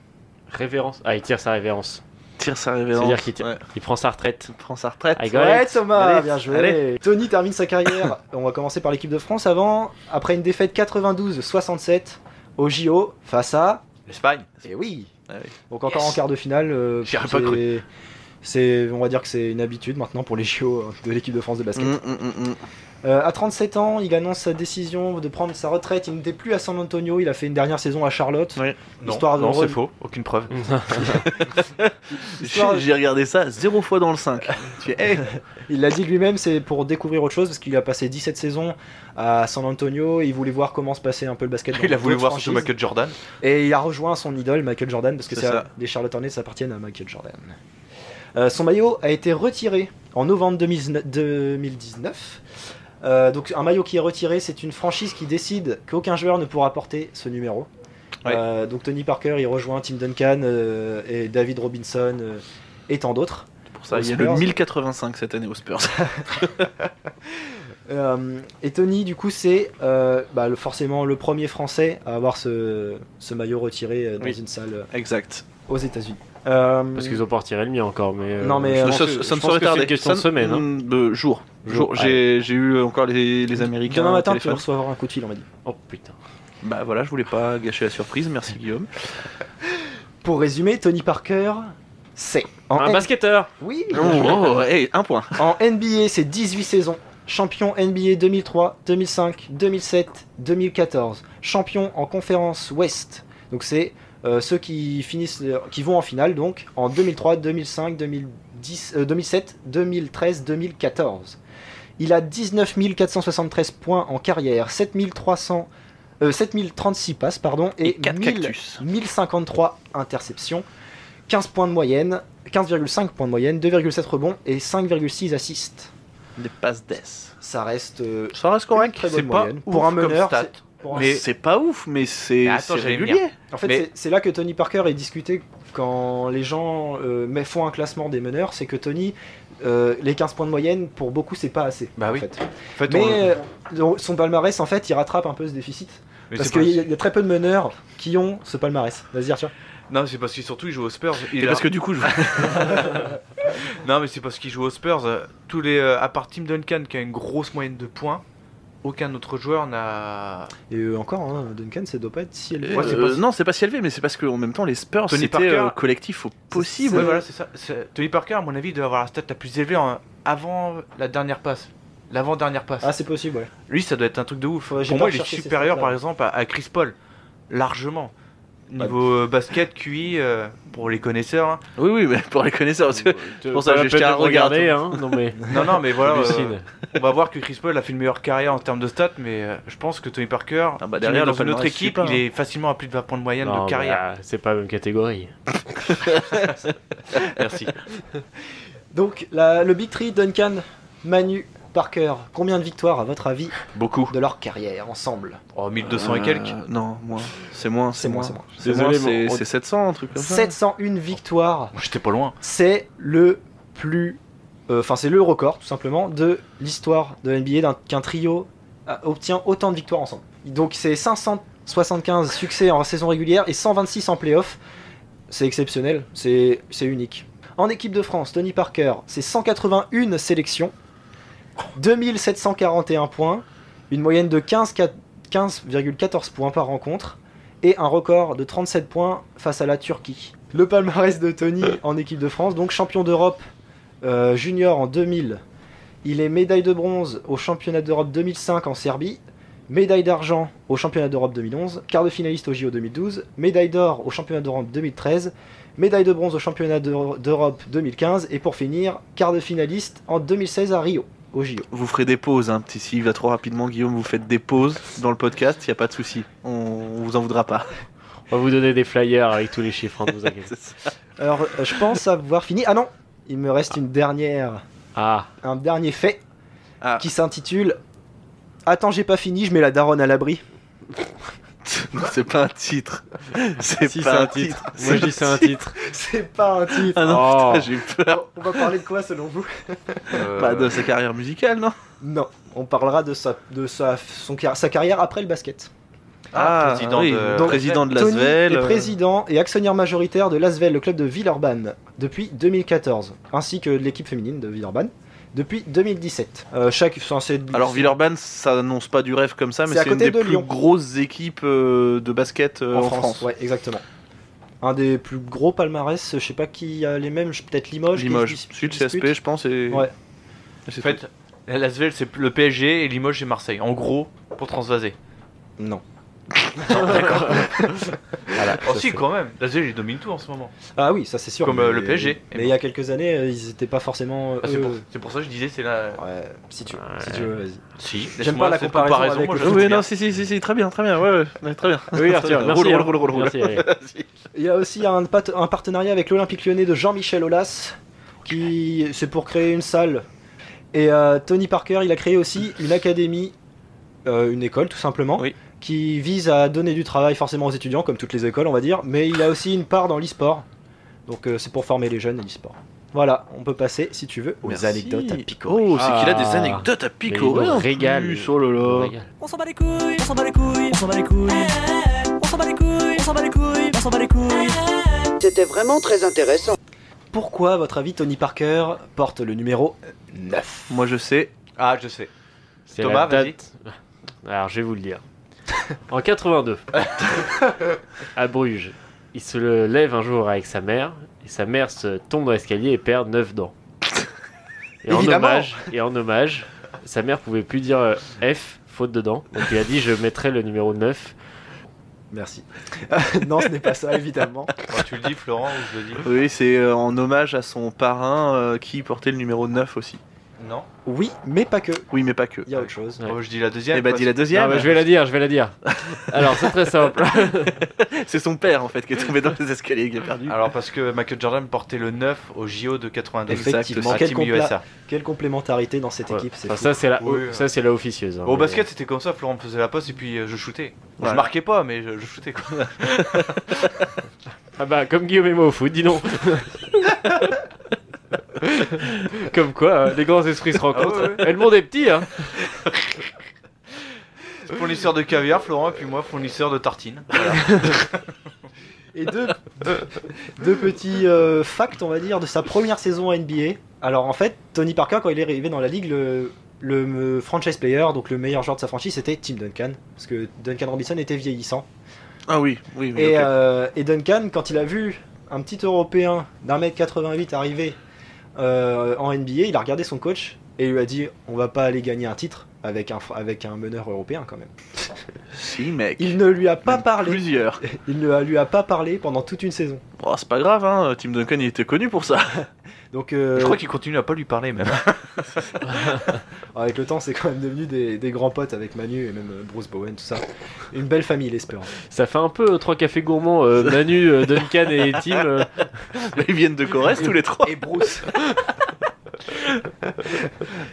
Révérence. Ah, il tire sa révérence.
Tire sa révérence.
C'est-à-dire qu'il tire-
Ouais.
il prend sa retraite.
prend sa retraite.
I got
Ouais,
it.
Thomas,
Allez,
bien joué.
allez.
Tony termine sa carrière. on va commencer par l'équipe de France avant, après une défaite 92-67 au JO face à.
L'Espagne
Et Eh oui.
Ah oui.
Donc encore
Yes.
en quart de finale. euh,
J'y aurais pas cru.
c'est- C'est, on va dire que c'est une habitude maintenant pour les JO de l'équipe de France de basket.
Mm, mm, mm, mm.
Euh, à 37 ans, il annonce sa décision de prendre sa retraite. Il n'était plus à San Antonio. Il a fait une dernière saison à Charlotte.
Ouais.
Non,
Histoire de
non,
re-
c'est faux, aucune preuve.
Histoire-
J'ai j'ai regardé ça zéro fois dans le 5. tu es, eh, hey,
Il l'a dit lui-même, c'est pour découvrir autre chose parce qu'il a passé 17 saisons à San Antonio. Il voulait voir comment se passait un peu le basket. dans
Il a voulu
d'autres
voir surtout
franchises.
Michael Jordan.
Et il a rejoint son idole Michael Jordan parce que
C'est
c'est
ça.
les Charlotte Hornets appartiennent à Michael Jordan. Euh, son maillot a été retiré en novembre 2019, 2019. Euh, donc un maillot qui est retiré, c'est une franchise qui décide qu'aucun joueur ne pourra porter ce numéro.
Ouais.
Euh, donc Tony Parker, il rejoint Tim Duncan euh, et David Robinson euh, et tant d'autres.
Pour ça,
Aux
il y a le
Spurs.
1085 cette année aux Spurs.
Euh, et Tony, du coup, c'est euh, bah, le- forcément le premier Français à avoir ce, ce maillot retiré euh, dans
Oui.
une salle euh,
exact.
aux États-Unis. Euh,
Parce qu'ils ont pas retiré le mien encore, mais. euh,
Non, mais,
je
euh,
pense
ça,
que-
ça me
je pense
serait
que C'est
tardé.
une question de
Ça-
semaine. hein.
mm, de jour.
Jour,
Jour. J'ai j'ai eu encore les, les Américains.
Demain
au
matin, tu
téléphone.
reçois un coup de fil, on m'a dit.
Oh putain.
Bah voilà, je voulais pas gâcher la surprise. Merci Guillaume.
Pour résumer, Tony Parker, c'est en,
Un
N-
basketteur
oui,
oh, oh, hey, un point.
en NBA, c'est 18 saisons. Champion NBA 2003, 2005, 2007, 2014. Champion en conférence Ouest. Donc c'est euh, ceux qui finissent, euh, qui vont en finale donc en 2003, 2005, 2010, euh, 2007, 2013, 2014. Il a 19 473 points en carrière, 7300, euh, 7036 passes pardon et,
Et 4
1000
cactus.
1053 interceptions, 15 points de moyenne, 15,5 points de moyenne, 2,7 rebonds et 5,6 assists.
Des passes d'ess.
Ça reste euh,
Ça reste
une
correct.
très bonne
c'est pas
moyenne.
ouf
Pour un
comme
meneur,
stat.
c'est- pour un-
Mais c'est pas ouf, mais c'est
Mais attends,
c'est
j'allais
régulier.
en fait,
mais-
c'est- c'est là que Tony Parker est discuté quand les gens euh, mais- font un classement des meneurs, c'est que Tony euh, les 15 points de moyenne, pour beaucoup, c'est pas assez.
Bah
en
oui.
fait.
En fait, on-
Mais euh, son palmarès, en fait, il rattrape un peu ce déficit.
mais
parce
c'est pas-
qu'il y, a- y a très peu de meneurs qui ont ce palmarès. Vas-y, Arthur.
Non, c'est parce qu'il surtout il joue aux Spurs. Il
Et
a-
parce que du coup, je...
Non, mais c'est parce qu'il joue aux Spurs. euh, Tous les, euh, à part Tim Duncan qui a une grosse moyenne de points, aucun autre joueur n'a.
Et euh, encore, hein, Duncan, ça doit pas être si élevé.
Euh,
c'est pas-
non, c'est pas si élevé, mais c'est parce qu'en même temps, les Spurs,
Tony
c'était
Parker.
euh, collectif au possible.
Ouais, voilà, c'est ça. C'est- Tony Parker, à mon avis, doit avoir la stat la plus élevée en- avant la dernière passe. L'avant-dernière passe.
Ah, c'est possible, ouais.
Lui, ça doit être un truc de ouf.
Ouais, j'ai
Pour
pas
moi, il est
recherché ces
supérieur,
stats-là.
par exemple, à, à Chris Paul. Largement.
Bah,
Niveau euh, basket, QI, euh, pour les connaisseurs. hein.
Oui, oui, mais pour les connaisseurs, parce que-
C'est
pour ça, j'ai jeté un regard à
regarder, hein. Non, mais.
Non, non, mais voilà.
J'hallucine.
euh, on va voir que Chris Paul a fait une meilleure carrière en termes de stats, mais euh, je pense que Tony Parker,
Ah bah,
qui
derrière,
est
le
dans une autre
palmarès
équipe,
suit pas,
il est facilement à plus de 20 points de moyenne
Non,
de carrière.
bah, c'est pas la même catégorie.
Merci.
Donc, la- le Big Three, Duncan, Manu, Parker, combien de victoires, à votre avis,
Beaucoup.
de leur carrière ensemble
Oh, 1200 et quelques.
Euh, Non, moins. C'est moins, c'est
C'est moins,
moins.
c'est moins.
C'est
Désolé,
moins,
mais
c'est
on-
c'est 700, un truc comme ça.
701 victoires,
J'étais pas loin.
c'est le plus. euh, Enfin, c'est le record, tout simplement, de l'histoire de NBA d'un- qu'un trio euh, obtient autant de victoires ensemble. Donc, c'est 575 succès en saison régulière et 126 en playoff. C'est exceptionnel, c'est c'est unique. En équipe de France, Tony Parker, c'est 181 sélections, 2741 points, une moyenne de 15 quat- 15,14 points par rencontre et un record de 37 points face à la Turquie. Le palmarès de Tony en équipe de France, donc champion d'Europe euh, junior en 2000. Il est médaille de bronze au championnat d'Europe 2005 en Serbie, médaille d'argent au championnat d'Europe 2011, quart de finaliste au JO 2012, médaille d'or au championnat d'Europe 2013, médaille de bronze au championnat d'Euro- d'Europe 2015 et pour finir, quart de finaliste en 2016 à Rio, au JO.
Vous ferez des pauses, hein, petit. S'il va trop rapidement, Guillaume, vous faites des pauses dans le podcast, il a pas de souci. On... on vous en voudra pas.
On va vous donner des flyers avec tous les chiffres, hein, ne vous inquiétez
C'est ça.
Alors euh, je pense avoir fini. Ah non, il me reste une dernière,
Ah,
un dernier fait.
Ah,
qui s'intitule Attends, j'ai pas fini, je mets la daronne à l'abri.
c'est pas un titre. C'est
si c'est
pas
un titre. Moi je dis c'est
un
un
titre.
titre.
C'est pas un titre.
Ah non,
Oh.
putain, j'ai eu peur.
On va parler de quoi selon vous
Bah,
Euh,
Pas de sa carrière musicale, non
Non, on parlera de sa, de sa, son, car- sa carrière après le basket.
Ah, président
oui,
de-
donc, président de
Tony
l'Asvel.
est
euh,
président et actionnaire majoritaire de l'Asvel, le club de Villeurbanne, depuis 2014, ainsi que de l'équipe féminine de Villeurbanne, depuis 2017. Euh, chaque censé.
Alors Villeurbanne, ça n'annonce pas du rêve comme ça, mais
C'est à
c'est une
côté
des
de
plus
Lyon.
grosses équipes euh, de basket euh,
en France. Ouais, exactement. Un des plus gros palmarès, je sais pas qui a les mêmes, je- peut-être Limoges. qui se
Limoges,
dis-
Sud,
dispute.
CSP, je pense. Et...
Ouais.
Et c'est
En fait, l'Asvel, c'est le PSG et Limoges, c'est Marseille. En gros, pour transvaser.
Non.
Voilà,
Oh,
ça,
si,
c'est-
quand même. L'Asvel, il domine tout en ce moment.
Ah oui, ça c'est sûr.
Comme,
mais-
euh, le PSG.
Mais il y a quelques années, euh, ils étaient pas forcément. euh,
Ah, c'est, pour,
eux. euh,
c'est pour ça que je disais, c'est la.
Ouais, si tu veux,
Ouais.
si tu veux, vas-y.
Si,
J'aime pas
laisse-moi
la
cette
comparaison avec
moi,
le
je
tout.
trouve
Oui,
bien.
non, si, si, si, si, très bien, très bien, ouais, ouais, ouais, très bien.
Oui, Arthur, merci.
Roule,
hein.
roule, roule, roule, roule.
Merci, allez.
Il y a aussi un, pat- un partenariat avec l'Olympique lyonnais de Jean-Michel Aulas, qui c'est pour créer une salle. Et euh, Tony Parker, il a créé aussi une académie, euh, une école tout simplement,
Oui.
qui vise à donner du travail forcément aux étudiants, comme toutes les écoles, on va dire. Mais il a aussi une part dans l'e-sport. Donc euh, c'est pour former les jeunes à l'e-sport. Voilà, on peut passer, si tu veux, aux
Merci.
anecdotes à picorer.
Oh, c'est qu'il a
Ah.
des anecdotes à
Mais il
picorer.
nous
en
régale,
plus,
lui.
oh là là.
Regarde.
On s'en bat les couilles, on s'en bat les couilles, on s'en bat les couilles. On s'en bat les couilles, on s'en bat les couilles, on s'en bat les couilles.
C'était vraiment très intéressant.
Pourquoi, à votre avis, Tony Parker porte le numéro 9
Moi, je sais.
Ah, je sais.
C'est
Thomas,
la date. Alors, je vais vous le dire. En 82, à Bruges, il se le lève un jour avec sa mère, et sa mère se tombe dans l'escalier et perd 9 dents. Et en,
Évidemment.
hommage, et en hommage, sa mère pouvait plus dire euh, F, faute de dents. Donc il a dit Je mettrai le numéro 9.
Merci. non, ce n'est pas ça, évidemment.
Enfin, tu le dis, Florent, ou je le dis
Oui, c'est euh, en hommage à son parrain euh, qui portait le numéro 9 aussi.
Euh,
Non
Oui, mais pas que.
Oui, mais pas que.
Il y a autre chose.
Ouais.
Oh, Je dis la deuxième.
Eh bah,
ben,
parce-
dis la
Non,
deuxième.
mais je vais la dire, je vais la dire. Alors, c'est très simple.
C'est son père, en fait, qui est tombé dans les escaliers et qui a perdu.
Alors, parce que Michael Jordan portait le 9 au JO de 92.
Effectivement,
à
quel
Team
compla-
USA.
Quelle complémentarité dans cette
Ouais.
équipe, c'est
Enfin,
fou.
ça, c'est la,
Oui, bah, oui.
ça, c'est la officieuse. hein,
Au
mais-
basket, c'était comme ça, Florent me faisait la poste et puis euh, je shootais.
Voilà.
Je marquais pas, mais je, je shootais quoi.
Ah bah, comme Guillaume et moi au foot, dis donc. Comme quoi, hein, les grands esprits se rencontrent.
Ah ouais, ouais.
Et le monde est petit, hein.
Fournisseur de caviar, Florent, et puis moi, fournisseur de tartines. Voilà.
Euh, Et deux, deux petits euh, facts, on va dire, de sa première saison à NBA. Alors en fait, Tony Parker, quand il est arrivé dans la ligue, le, le me- franchise player, donc le meilleur joueur de sa franchise, c'était Tim Duncan. Parce que Duncan Robinson était vieillissant.
Ah oui, oui, oui.
Et,
ok.
euh, et Duncan, quand il a vu un petit Européen d'un mètre 88 arriver euh, en NBA, il a regardé son coach et il lui a dit On va pas aller gagner un titre avec un, fr- avec un meneur européen quand même.
Si, mec.
Il ne lui a pas
Même
parlé.
Plusieurs.
Il ne lui a pas parlé pendant toute une saison.
Oh, c'est pas grave, hein. Tim Duncan, il était connu pour ça.
Donc euh,
Je crois qu'il continue à pas lui parler, même.
avec le temps, c'est quand même devenu des, des grands potes avec Manu et même euh, Bruce Bowen, tout ça. Une belle famille, l'espérant.
Ça fait un peu euh, trois cafés gourmands, euh, Manu, euh, Duncan et Tim. euh.
Ils viennent de Corrèze tous les trois.
Et Bruce.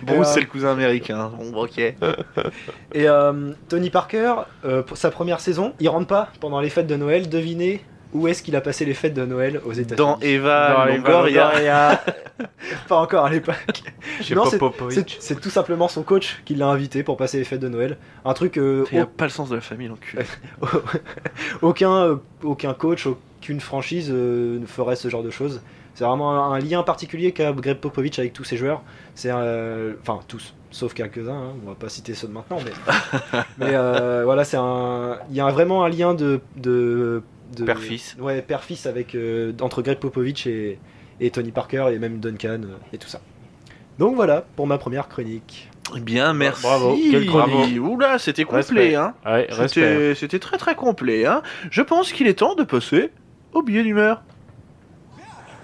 Bruce,
euh,
c'est le cousin américain. Bon, bah, ok.
Et euh, Tony Parker, euh, pour sa première saison, il rentre pas pendant les fêtes de Noël. Devinez où est-ce qu'il a passé les fêtes de Noël aux États-Unis
Dans Eva
Dans Eva
Longoria.
Pas encore à l'époque.
Chez
Non, c'est-
Popovic.
C'est c'est tout simplement son coach qui l'a invité pour passer les fêtes de Noël. Un truc euh,
Il a pas le sens de la famille, l'enculé.
aucun, euh, aucun coach, aucune franchise euh, ne ferait ce genre de choses. C'est vraiment un, un lien particulier qu'a Greg Popovich avec tous ses joueurs. C'est euh, enfin tous, sauf quelques-uns. hein. On va pas citer ceux de maintenant, mais, mais euh, voilà, c'est un. Il y a vraiment un lien de, de, de-
Père-fils.
Ouais, père-fils avec euh, entre Greg Popovich et, et Tony Parker et même Duncan euh, et tout ça. Donc voilà pour ma première chronique.
Eh Bien, merci.
Bravo, quelle chronique.
Oula, c'était complet,
Respect.
hein.
Ah Ouais, respect.
C'était c'était très très complet, hein. Je pense qu'il est temps de passer au billet d'humeur.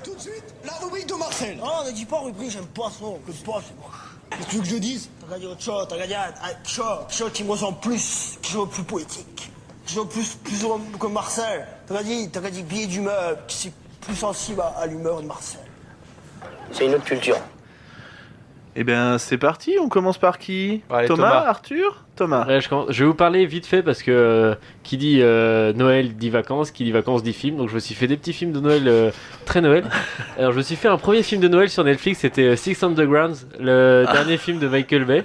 Tout de suite, la rubrique de Marcel. Oh, ne dis pas rubrique, j'aime pas ça. Que pas, c'est pas. Qu'est-ce que tu veux que je dise T'as qu'à dire autre chose, t'as qu'à dire ah, quelque chose, quelque chose qui me ressemble plus, quelque chose de plus poétique, quelque chose de plus, plus heureux que Marcel. T'as qu'à dire, t'as qu'à dire billet d'humeur, c'est plus sensible à, à l'humeur de Marcel.
C'est une autre culture.
Eh bien, c'est parti, on commence par qui
Allez,
Thomas,
Thomas.
Arthur Thomas.
hein. Ouais, je, commence- je vais vous parler vite fait parce que euh, qui dit euh, Noël dit vacances, qui dit vacances dit film. Donc je me suis fait des petits films de Noël euh, très Noël. Alors je me suis fait un premier film de Noël sur Netflix, c'était euh, Six Undergrounds, le dernier film de Michael Bay.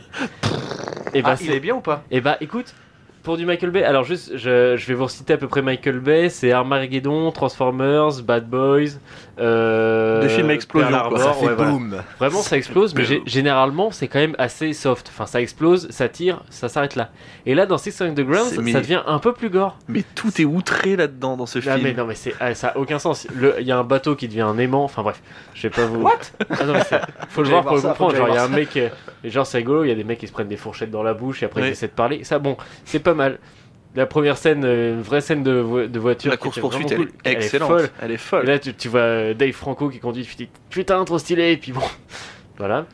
Et bah,
Ah, il est bien ou pas
Et bah écoute, pour du Michael Bay, alors juste, je, je vais vous reciter à peu près Michael Bay, c'est Armageddon, Transformers, Bad Boys, euh,
Des films à explosion,
Pearl
quoi.
Harbor,
Ça fait
ouais, voilà.
boum.
Vraiment ça explose, mais gé- généralement c'est quand même assez soft. Enfin ça explose, ça tire, ça s'arrête là. Et là dans Six Underground,
C'est-
ça
mais-
devient un peu plus gore.
Mais tout est outré là-dedans dans ce
Ah,
film.
mais non mais c'est ah, ça a aucun sens. Le- Il y a un bateau qui devient un aimant. Enfin bref, je vais pas vous. What non, mais c'est- Faut le
J'allais
voir
voir
pour le
ça, faut
comprendre.
que
Genre il
j'aille
y a un
voir
mec, euh, et genre c'est rigolo. Il y a des mecs qui se prennent des fourchettes dans la bouche et après
Oui.
ils essaient de parler. Ça bon, c'est pas mal. La première scène, euh, une vraie scène de, vo- de voiture.
La
qui
course
était vraiment
poursuite, elle
cool,
est
elle est
excellente.
folle.
Elle est
Et
folle.
là, tu, tu vois euh, Dave Franco qui conduit, tu te dis putain, trop stylé, et puis bon. Voilà.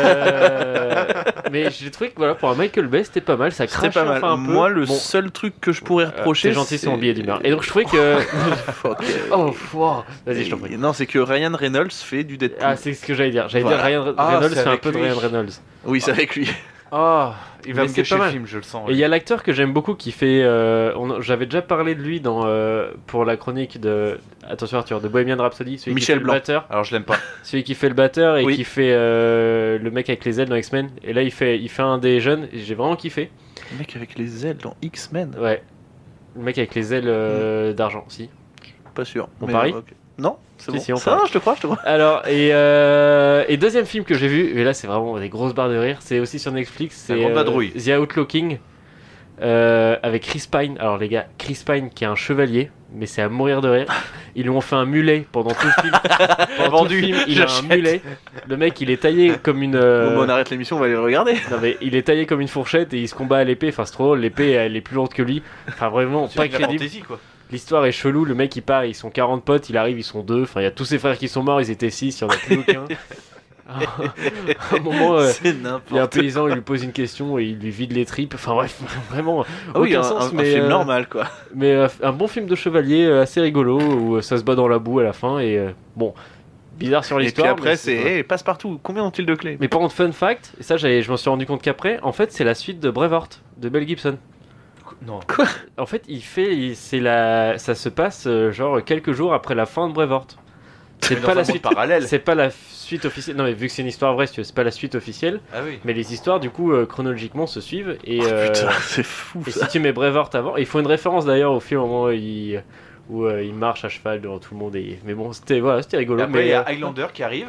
Euh, mais j'ai trouvé que voilà, pour un Michael Bay, c'était pas mal, ça
C'était
crachait
pas mal.
enfin un peu.
Moi, le
Bon,
seul truc que je pourrais
euh,
reprocher.
C'est gentil, c'est mon billet d'humeur. Et donc, je trouvais que.
Fuck.
oh, wow. Vas-y, je t'en prie.
Et Non, c'est que Ryan Reynolds fait du Deadpool.
Ah, c'est ce que j'allais dire. J'allais
Voilà.
dire Ryan
Ah,
Reynolds,
c'est
c'est un
avec
peu de
lui.
Ryan Reynolds.
oui, c'est avec lui.
Ah,
Il va me
c'est
gâcher
pas
le
mal.
film, je le sens.
Et il y a l'acteur que j'aime beaucoup qui fait. euh, on- J'avais déjà parlé de lui dans euh, pour la chronique de. Attention Arthur, de Bohemian Rhapsody, celui
Michel
qui fait
Blanc.
le batteur.
Alors, je l'aime pas.
Celui qui fait le batteur et
Oui.
qui fait euh, le mec avec les ailes dans X-Men. Et là, il fait, il fait un des jeunes et j'ai vraiment kiffé.
Le mec avec les ailes dans X-Men.
Ouais. Le mec avec les ailes euh, d'argent, si.
Pas sûr.
On
Mais,
parie
ok. Non C'est
Si,
bon.
si, on
Ça,
parie.
je te crois, je te crois.
Alors, et, euh, et deuxième film que j'ai vu, et là, c'est vraiment des grosses barres de rire, c'est aussi sur Netflix,
La
c'est euh,
grande vadrouille.
The Outlooking euh, avec Chris Pine. Alors, les gars, Chris Pine qui est un chevalier, mais c'est à mourir de rire. Ils lui ont fait un mulet pendant tout le film. pendant
Vendu.
tout le film, il a un
J'achète.
mulet. Le mec, il est taillé comme une.
Bon,
euh,
bah, on arrête l'émission, on va aller le regarder.
Non mais il est taillé comme une fourchette et il se combat à l'épée, enfin c'est trop drôle, l'épée elle est plus lourde que lui, enfin vraiment
C'est
pas
de la
crédible.
fantaisie, quoi.
L'histoire est chelou, le mec il part, ils sont 40 potes, il arrive, ils sont deux, enfin il y a tous ses frères qui sont morts, ils étaient 6, il y en a plus aucun. à un moment, euh,
c'est
il y a un
n'importe quoi.
paysan, il lui pose une question et il lui vide les tripes, enfin bref, vraiment,
Ah oui,
aucun
un,
sens,
un- un
mais,
film
euh,
normal, quoi.
mais euh, un bon film de chevalier euh, assez rigolo où euh, ça se bat dans la boue à la fin et euh, bon, bizarre sur
Et puis
l'histoire. mais
après, c'est hey, passe-partout. Combien ont-ils de clés
Mais par contre, fun fact, et ça j'avais- je m'en suis rendu compte qu'après, en fait c'est la suite de Braveheart de Mel Gibson.
Non.
En fait, il fait, il- c'est la, ça se passe euh, genre quelques jours après la fin de Braveheart. C'est
Mais
pas la
dans un monde
suite.
parallèle.
C'est pas la f- suite officielle. Non, mais vu que c'est une histoire vraie, si tu veux, c'est pas la suite officielle.
Ah oui.
Mais les histoires, du coup, euh, chronologiquement se suivent.
Oh,
Et, euh,
Putain, c'est fou
et
ça.
si tu mets Brevort avant. et Ils font une référence d'ailleurs au film au moment où il, où, euh, il marche à cheval devant tout le monde. Et... Mais bon, c'était voilà, c'était rigolo.
Après, il
mais,
y
euh,
a Highlander qui arrive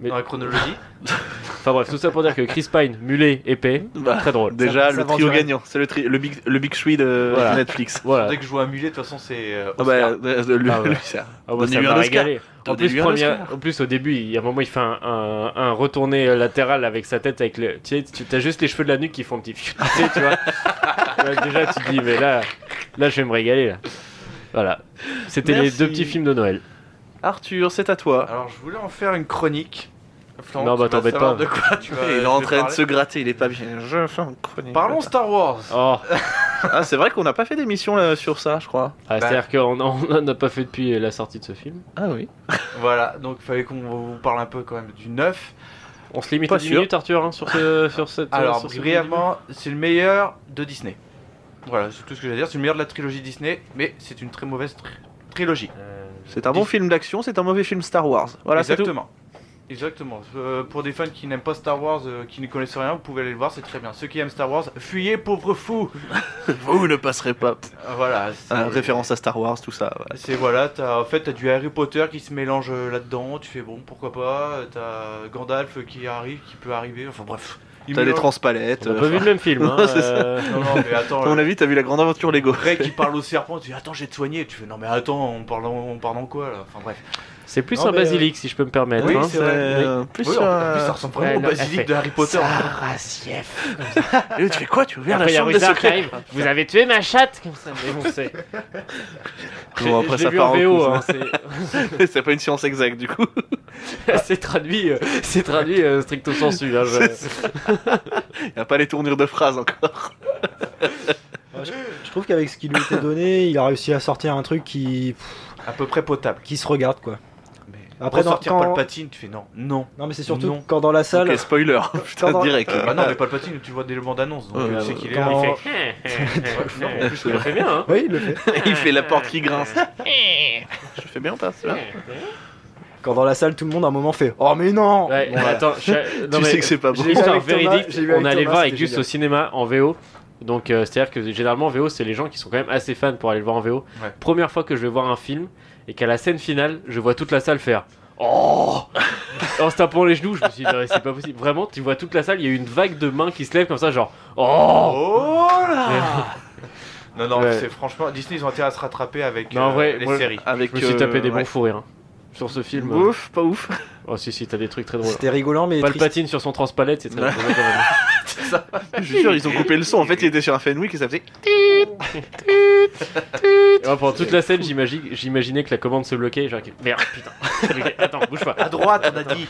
mais-
dans la chronologie.
Enfin bref, tout ça pour dire que Chris Pine, mulet, épais,
Ah,
Bah,
très drôle.
Déjà,
ça
le
vend
trio
du rêve.
gagnant, c'est le, tri- le, big, le big Three de
Voilà.
Netflix.
Voilà.
Dès que je vois un mulet, de toute façon, c'est. euh,
Ah bah,
Oscar.
euh, le-
Ah ouais.
le- ça.
Ah ouais, ça
Donnez-lui un
m'a
Oscar.
régalé. En plus,
Donnez-lui un
premier-
Oscar.
en plus, au début, il y a un moment, il fait un, un- un retourné latéral avec sa tête. avec le, Tu sais, tu as juste les cheveux de la nuque qui font un petit fiu, tu sais, tu vois. Ouais, déjà, tu te dis, mais là, là, je vais me régaler. Là. Voilà. C'était les
Merci.
deux petits films de Noël.
Arthur, c'est à
Ah,
toi.
Alors, je voulais en faire une chronique. Florent,
Non,
tu
bah,
vas
t'embête
savoir
pas.
De quoi tu vas,
il
je
est en
vais
train de
parler.
se gratter, il est pas bien. Je fais une chronique.
Parlons Star Wars.
Oh,
Ah, c'est vrai qu'on n'a pas fait d'émission là, sur ça, je crois.
Bah.
Ah, c'est-à-dire qu'on n'en a pas fait depuis la sortie de ce film.
Ah oui.
Voilà, donc il fallait qu'on vous parle un peu quand même du neuf.
On se limite
Pas
à 10
sûr.
minutes, Arthur, hein, sur, ce, sur cette.
Alors,
sur ce
brièvement, c'est le meilleur de Disney. Voilà, c'est tout ce que j'ai à dire. C'est le meilleur de la trilogie Disney, mais c'est une très mauvaise tri- trilogie.
Euh,
C'est un bon film d'action, c'est un mauvais film Star Wars. Voilà, c'est tout.
Exactement. Exactement. Euh, pour des fans qui n'aiment pas Star Wars, euh, qui ne connaissent rien, vous pouvez aller le voir, c'est très bien. Ceux qui aiment Star Wars, fuyez, pauvres fous Euh,
Vous ne passerez pas.
Voilà. c'est-
Ah, référence à Star Wars, tout ça. ouais.
C'est voilà, t'as, en fait t'as du Harry Potter qui se mélange euh, là-dedans, tu fais bon pourquoi pas, euh, t'as Gandalf qui arrive, qui peut arriver, enfin bref. Il
T'as les
mélange-
transpalettes.
On n'a
euh,
pas vu le même film. hein,
Non, c'est ça.
euh,
Non non mais attends,
À mon
le
avis, t'as vu la grande aventure Lego.
Ray qui parle au serpent, tu dis attends j'ai te soigné, tu fais non mais attends on parle en, on parle en quoi là, enfin bref.
C'est plus
Non,
un
mais, euh,
basilic, si je peux me permettre.
oui,
hein.
c'est vrai.
euh, plus
Oui, en
euh,
plus ça ressemble
ouais,
vraiment au
non, elle
basilic
fait
de Harry Potter.
Saraciev.
Et tu fais quoi Tu ouvres la
Après, il y a
chambre des
Wizard qui
secrets
arrive. Vous avez tué ma chatte Comme ça, mais bon, c'est.
Bon,
Je-
après,
je l'ai
ça
vu
part en
VO,
couille,
hein, c'est-
C'est pas une science exacte du coup.
C'est traduit, euh, c'est traduit euh, stricto sensu. Là, je-
Il a pas les tournures de phrases encore.
Je trouve qu'avec ce qui lui était donné, il a réussi à sortir un truc qui,
À peu près potable.
qui se regarde quoi.
Mais
Après,
Après
dans-
sortir
quand-
Palpatine, tu fais non, non.
Non mais c'est surtout
Non.
quand dans la salle,
Ok, spoiler. Putain,
Pendant-
direct.
euh,
Ah non mais Palpatine tu vois dès le bande annonce donc
Ouais,
euh,
ouais,
tu sais qu'il est
quand-
là.
Il hein, fait.
Non, en plus,
Il le fait bien, hein
oui, il le fait.
Il fait la porte
euh,
qui grince. Je fais bien ou pas c'est bien
Quand dans la salle, tout le monde à un moment fait "Oh mais non
Ouais,
Bon, voilà.
attends, je- non,
Tu
mais-
sais que c'est pas bon.
J'ai-
Histoire
avec Thomas,
véridique,
j'ai vu avec
on allait
Thomas,
voir avec
c'était
Juste
génial.
au cinéma en VO. Donc euh, c'est-à-dire que généralement en VO, c'est les gens qui sont quand même assez fans pour aller le voir en VO.
Ouais.
Première fois que je vais voir un film et qu'à la scène finale, je vois toute la salle faire Oh En se tapant les genoux, je me suis dit, Non, mais c'est pas possible. Vraiment, tu vois toute la salle, il y a eu une vague de mains qui se lève comme ça, genre Oh
Oh
Ah,
là Non, non,
Ouais.
c'est franchement, Disney ils ont intérêt à se rattraper avec
Non, en
euh,
vrai,
les
moi-
séries.
Avec,
Je me suis
euh,
tapé des
ouais.
bons fous rires hein, sur ce film.
Ouf, pas ouf.
Oh si, si, t'as des trucs très drôles.
C'était rigolant mais triste.
Palpatine sur son transpalette, c'est très drôle quand même.
Je suis sûr, ils ont coupé le son. En fait, il était sur un Fenwick et ça faisait.
Et moi, pendant toute la scène, j'imagine- j'imaginais que la commande se bloquait. Genre, merde, putain. Ok, Attends, bouge pas.
À droite, on a dit.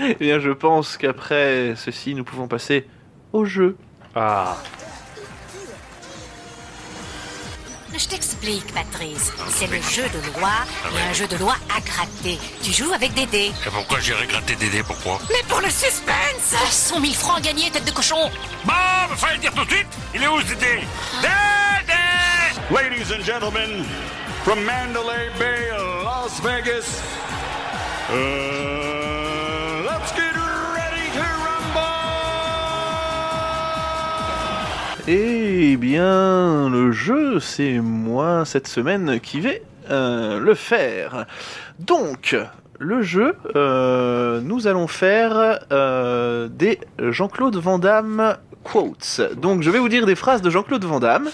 Eh bien, je pense qu'après ceci, nous pouvons passer au jeu.
Ah.
Je t'explique, Patrice. C'est le jeu de
Ah
loi et un jeu de loi à gratter. Tu joues avec des dés.
Et pourquoi j'irai gratter des dés Pourquoi
Mais pour le suspense 100 000 Oh, francs gagnés, tête de cochon
Bon, bah, fallait le dire tout de suite Il est où ce dé Dédé Ladies and gentlemen, Ah. from Mandalay Bay, Las Vegas, euh, let's get ready to
Eh bien, le jeu, c'est moi cette semaine qui vais euh, le faire. Donc, le jeu, euh, nous allons faire euh, des Jean-Claude Van Damme quotes. Donc, je vais vous dire des phrases de Jean-Claude Van Damme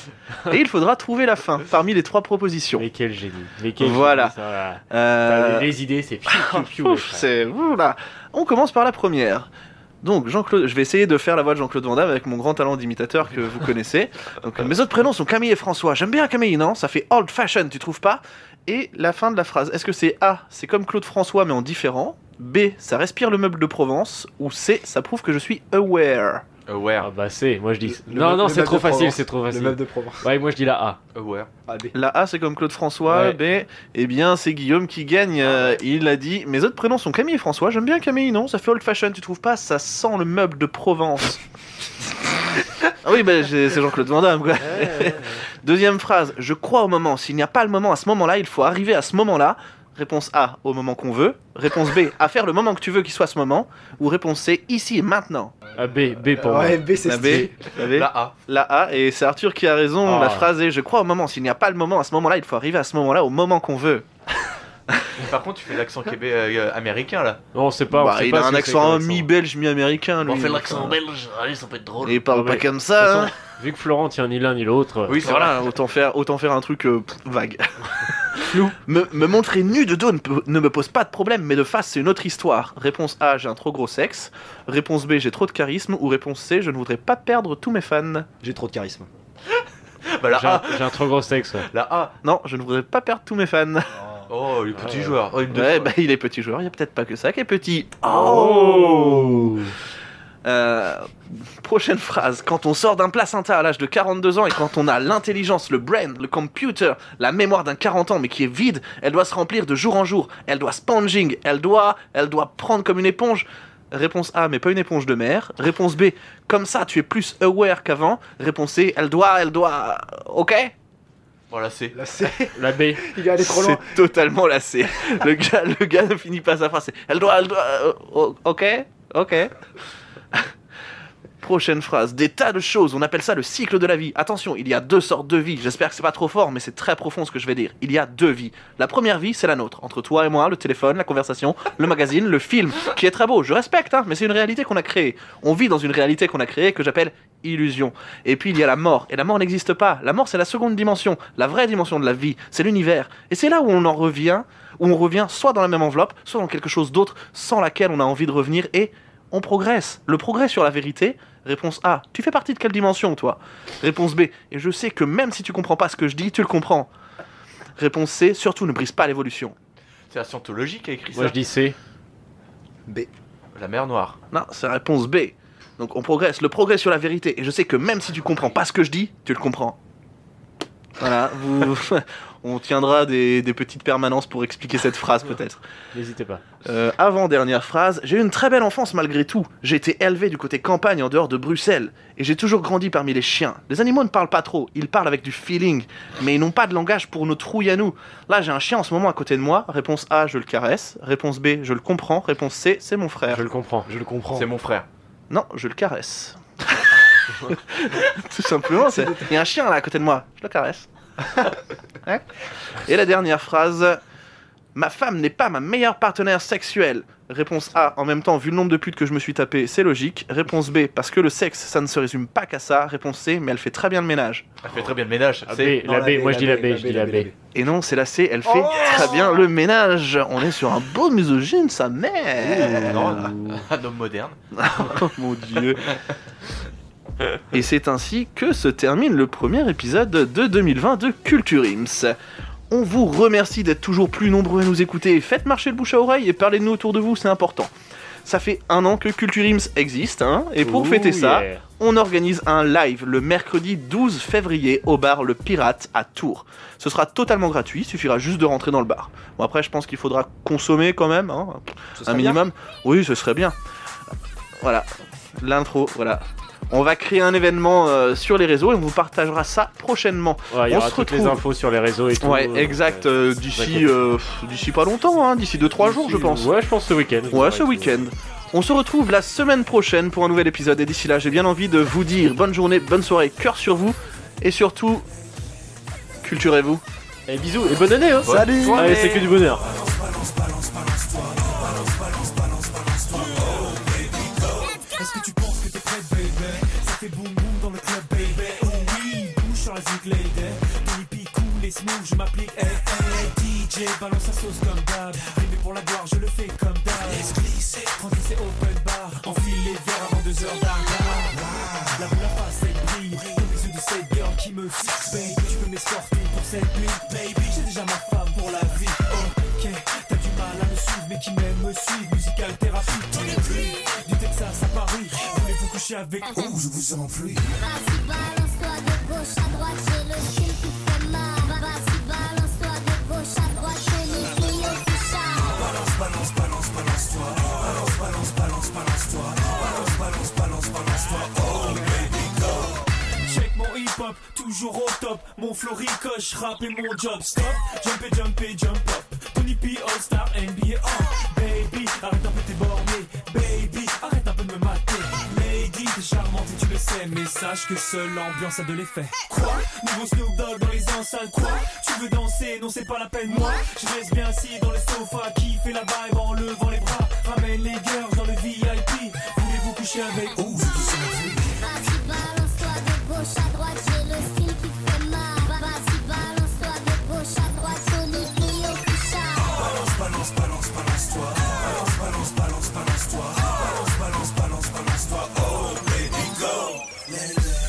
et il faudra trouver la fin parmi les trois propositions.
Mais quel génie. Mais quel
Voilà.
génie, ça va.
Euh,
T'as des- Les idées, c'est piou, piou, piou,
Ouf,
les frères.
c'est oula. On commence par la première. Donc Jean-Claude, je vais essayer de faire la voix de Jean-Claude Van Damme avec mon grand talent d'imitateur que vous connaissez. Donc, mes autres prénoms sont Camille et François. J'aime bien Camille, non Ça fait old fashion, tu trouves pas Et la fin de la phrase. Est-ce que c'est A, c'est comme Claude François mais en différent B, ça respire le meuble de Provence Ou C, ça prouve que je suis aware
Aware,
Ah bah c'est, moi je dis.
Le-
non,
le-
non,
le
c'est
meuble
trop
de
facile,
Provence.
c'est trop
Le
facile.
meuble de Provence.
Ouais, moi je dis la A.
aware.
Ah, B.
La A, c'est comme Claude François. B, eh bien, c'est Guillaume qui gagne.
Ah
euh, il a dit Mes autres prénoms sont Camille et François. J'aime bien Camille, non Ça fait old fashion, tu trouves pas Ça sent le meuble de Provence. ah oui, bah, j'ai- c'est Jean-Claude Van Damme, quoi. Deuxième phrase Je crois au moment. S'il n'y a pas le moment à ce moment-là, il faut arriver à ce moment-là. Réponse A, au moment qu'on veut. Réponse B, à faire le moment que tu veux qu'il soit ce moment. Ou réponse C, ici et maintenant.
Ah, B, B pour moi.
Ouais, B, c'est
La B, la, B,
La
la,
A.
A, et c'est Arthur qui a raison.
Ah.
La phrase est Je crois au moment. S'il n'y a pas le moment, à ce moment-là, il faut arriver à ce moment-là, au moment qu'on veut.
Par contre, tu fais l'accent québé euh, américain là.
Non, c'est pas. on
Bah,
sait
il
pas
a
ce
un
que c'est comme
accent mi-belge, mi-américain. lui.
belge, allez, ça peut être drôle.
Et il parle
Non,
pas
mais-
comme
De
ça.
toute
hein.
façon, Vu que Florent tient ni l'un ni l'autre.
Oui, c'est
Voilà, autant faire, autant faire un truc euh, pff, vague. Flou. Me, me montrer nu de dos ne, peut- ne me pose pas de problème, mais de face, c'est une autre histoire. Réponse A, j'ai un trop gros sexe. Réponse B, j'ai trop de charisme. Ou réponse C, je ne voudrais pas perdre tous mes fans.
J'ai trop de charisme.
vrai. Bah, la
J'ai un,
A.
j'ai un trop gros sexe. ouais.
La A.
Non, je ne voudrais pas perdre tous mes fans.
Oh, les petits
ouais.
joueurs. Oh, une deux
Ouais,
fois.
bah il est petit joueur, il y a peut-être pas que ça qui est petit. Euh, prochaine phrase. Quand on sort d'un placenta à l'âge de 42 ans et quand on a l'intelligence, le brain, le computer, la mémoire d'un 40 ans mais qui est vide, elle doit se remplir de jour en jour. Elle doit sponging, elle doit, elle doit prendre comme une éponge. Réponse A, mais pas une éponge de mer. Réponse B, comme ça tu es plus aware qu'avant. Réponse C, elle doit, elle doit. Ok
Bon, la C.
La C,
La B.
il est allé trop
C'est
loin.
totalement lassé. Le gars, le gars ne finit pas sa phrase. c'est, Elle doit, elle doit. euh, oh, ok, ok. Prochaine phrase. Des tas de choses. On appelle ça le cycle de la vie. Attention, il y a deux sortes de vies. J'espère que c'est pas trop fort, mais c'est très profond ce que je vais dire. Il y a deux vies. La première vie, c'est la nôtre. Entre toi et moi, le téléphone, la conversation, le magazine, le film, qui est très beau. Je respecte, hein, mais c'est une réalité qu'on a créée. On vit dans une réalité qu'on a créée que j'appelle illusion. Et puis il y a la mort, et la mort n'existe pas. La mort, c'est la seconde dimension, la vraie dimension de la vie, c'est l'univers. Et c'est là où on en revient, où on revient soit dans la même enveloppe, soit dans quelque chose d'autre sans laquelle on a envie de revenir, et on progresse. Le progrès sur la vérité, réponse A, tu fais partie de quelle dimension, toi Réponse B, et je sais que même si tu comprends pas ce que je dis, tu le comprends. Réponse C, surtout ne brise pas l'évolution.
C'est la scientologie qui a écrit
Moi
ça.
je dis C.
La mer noire.
Non, c'est la réponse B. Donc on progresse, le progrès sur la vérité. Et je sais que même si tu comprends pas ce que je dis, tu le comprends. Voilà, vous... on tiendra des, des petites permanences pour expliquer cette phrase peut-être.
N'hésitez pas.
Euh, Avant-dernière phrase, j'ai eu une très belle enfance malgré tout. J'ai été élevé du côté campagne en dehors de Bruxelles. Et j'ai toujours grandi parmi les chiens. Les animaux ne parlent pas trop, ils parlent avec du feeling. Mais ils n'ont pas de langage pour nos trouilles à nous. Là j'ai un chien en ce moment à côté de moi. Réponse A, je le caresse. Réponse B, je le comprends. Réponse C, c'est mon frère.
Je le comprends.
Je le comprends.
C'est mon frère.
Non, je le caresse. Tout simplement, c'est. Il y a un chien là à côté de moi, je le caresse. Hein Et la dernière phrase. Ma femme n'est pas ma meilleure partenaire sexuelle. Réponse A, en même temps, vu le nombre de putes que je me suis tapé, c'est logique. Réponse B, parce que le sexe, ça ne se résume pas qu'à ça. Réponse C, mais elle fait très bien le ménage.
Elle fait très bien le ménage.
Ah,
C'est
B, la B, moi je dis la B, je dis la B.
Et non, c'est la C, elle fait très bien le ménage. On est sur un beau misogyne, sa mère.
non, un homme moderne.
Oh mon dieu. Et c'est ainsi que se termine le premier épisode de 2020 de Culture Ims. On vous remercie d'être toujours plus nombreux à nous écouter. Faites marcher le bouche à oreille et parlez-nous autour de vous, c'est important. Ça fait un an que Culture Ims existe, hein, et pour
Ouh,
fêter ça,
yeah.
on organise un live le mercredi 12 février au bar Le Pirate à Tours. Ce sera totalement gratuit, il suffira juste de rentrer dans le bar. Bon après je pense qu'il faudra consommer quand même, hein, un minimum. Oui, ce serait bien. Voilà, l'intro, voilà. On va créer un événement euh, sur les réseaux et on vous partagera ça prochainement.
Ouais, il y
On
aura
se
toutes les
retrouve.
infos sur les réseaux et tout.
Ouais,
euh,
exact,
ouais.
euh,
vous
d'ici
inquiétez.
euh, pff, d'ici pas longtemps, hein, d'ici 2-3 jours je pense.
Ouais, je pense ce week-end.
Ouais, ce week-end. On se retrouve la semaine prochaine pour un nouvel épisode et d'ici là j'ai bien envie de vous dire bonne journée, bonne soirée, cœur sur vous et surtout culturez-vous.
Et bisous et bonne année. Hein.
Salut
Allez, c'est que du bonheur.
Est-ce que tu penses que t'es prêt, baby Ça fait boum boum dans le club, baby. Oh oui, bouge sur la zik, lady. Ton hippie cool et smooth, je m'applique. Eh, Hey, hey, DJ, balance sa sauce comme d'hab. Rêver pour la gloire, je le fais comme d'hab. Laisse glisser, tranquille, c'est open bar. Enfile les verres avant deux heures d'arrière. La boule à face, elle brille. Dans les yeux de cette girl qui me fixe, baby. Tu peux m'escorter pour cette nuit, baby. J'ai déjà ma femme pour la vie. Ok, t'as du mal à me suivre, mais qui m'aime me suivre. Musical thérapie. Du Texas à Paris, voulez-vous coucher avec Oh, je vous en prie.
Vas-y, balance-toi de gauche à droite, j'ai le cul qui fait mal. Vas-y, balance-toi de gauche à droite, j'ai les filles au fichard.
Check mon e hip-hop, toujours au top. Mon flow ricoche, rap et mon job. Stop, jump et jump et jump up. Tony P, All-Star, NBA, oh. Baby, arrête un peu tes bornés. Baby, arrête un peu de me mater. Lady, t'es charmante et tu le sais. Mais sache que seule l'ambiance a de l'effet. Quoi Nouveau Snoop Dogg dans les enceintes, quoi Tu veux danser Non, c'est pas la peine, moi. Je reste bien assis dans le sofa, qui fait la vibe en levant les bras. Ramène les girls dans le VIP. Voulez-vous coucher avec Ouh,
Vas-y, balance-toi de gauche à droite, j'ai le style qui fait mal. Vas-y, balance-toi de gauche à droite, Sonic, Lio, Fichard.
Balance, balance, balance, balance-toi. Balance, balance, balance, balance-toi. Balance, balance, balance, balance-toi. Oh, baby, go.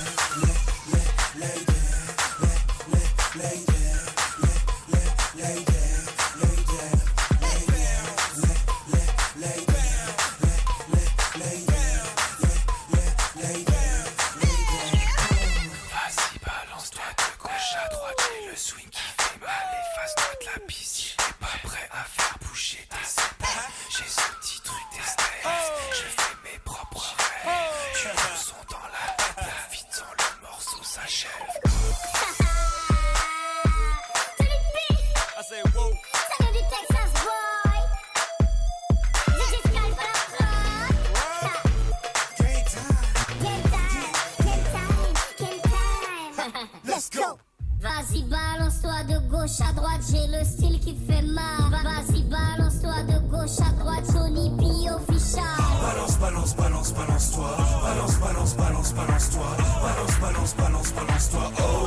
Vas-y, balance-toi de gauche à droite. J'ai le swing qui fait mal. Efface-toi de la piste. T'es pas prêt à faire bouger tes épaules. J'ai ce petit truc d'esthétique. Je fais mes propres rêves. Tu me son dans la tête. La vite sans le morceau s'achève.
Ça vient du Texas, boy. DJ Sky, balance-toi. Game time, game time, game time. Let's go. Vas-y, balance-toi de gauche à droite, j'ai le style qui fait mal. Vas-y, balance-toi de gauche à droite, Sony P official.
Balance, balance, balance, balance-toi. Balance, balance, balance, balance-toi. Balance, balance, balance, balance-toi. Oh,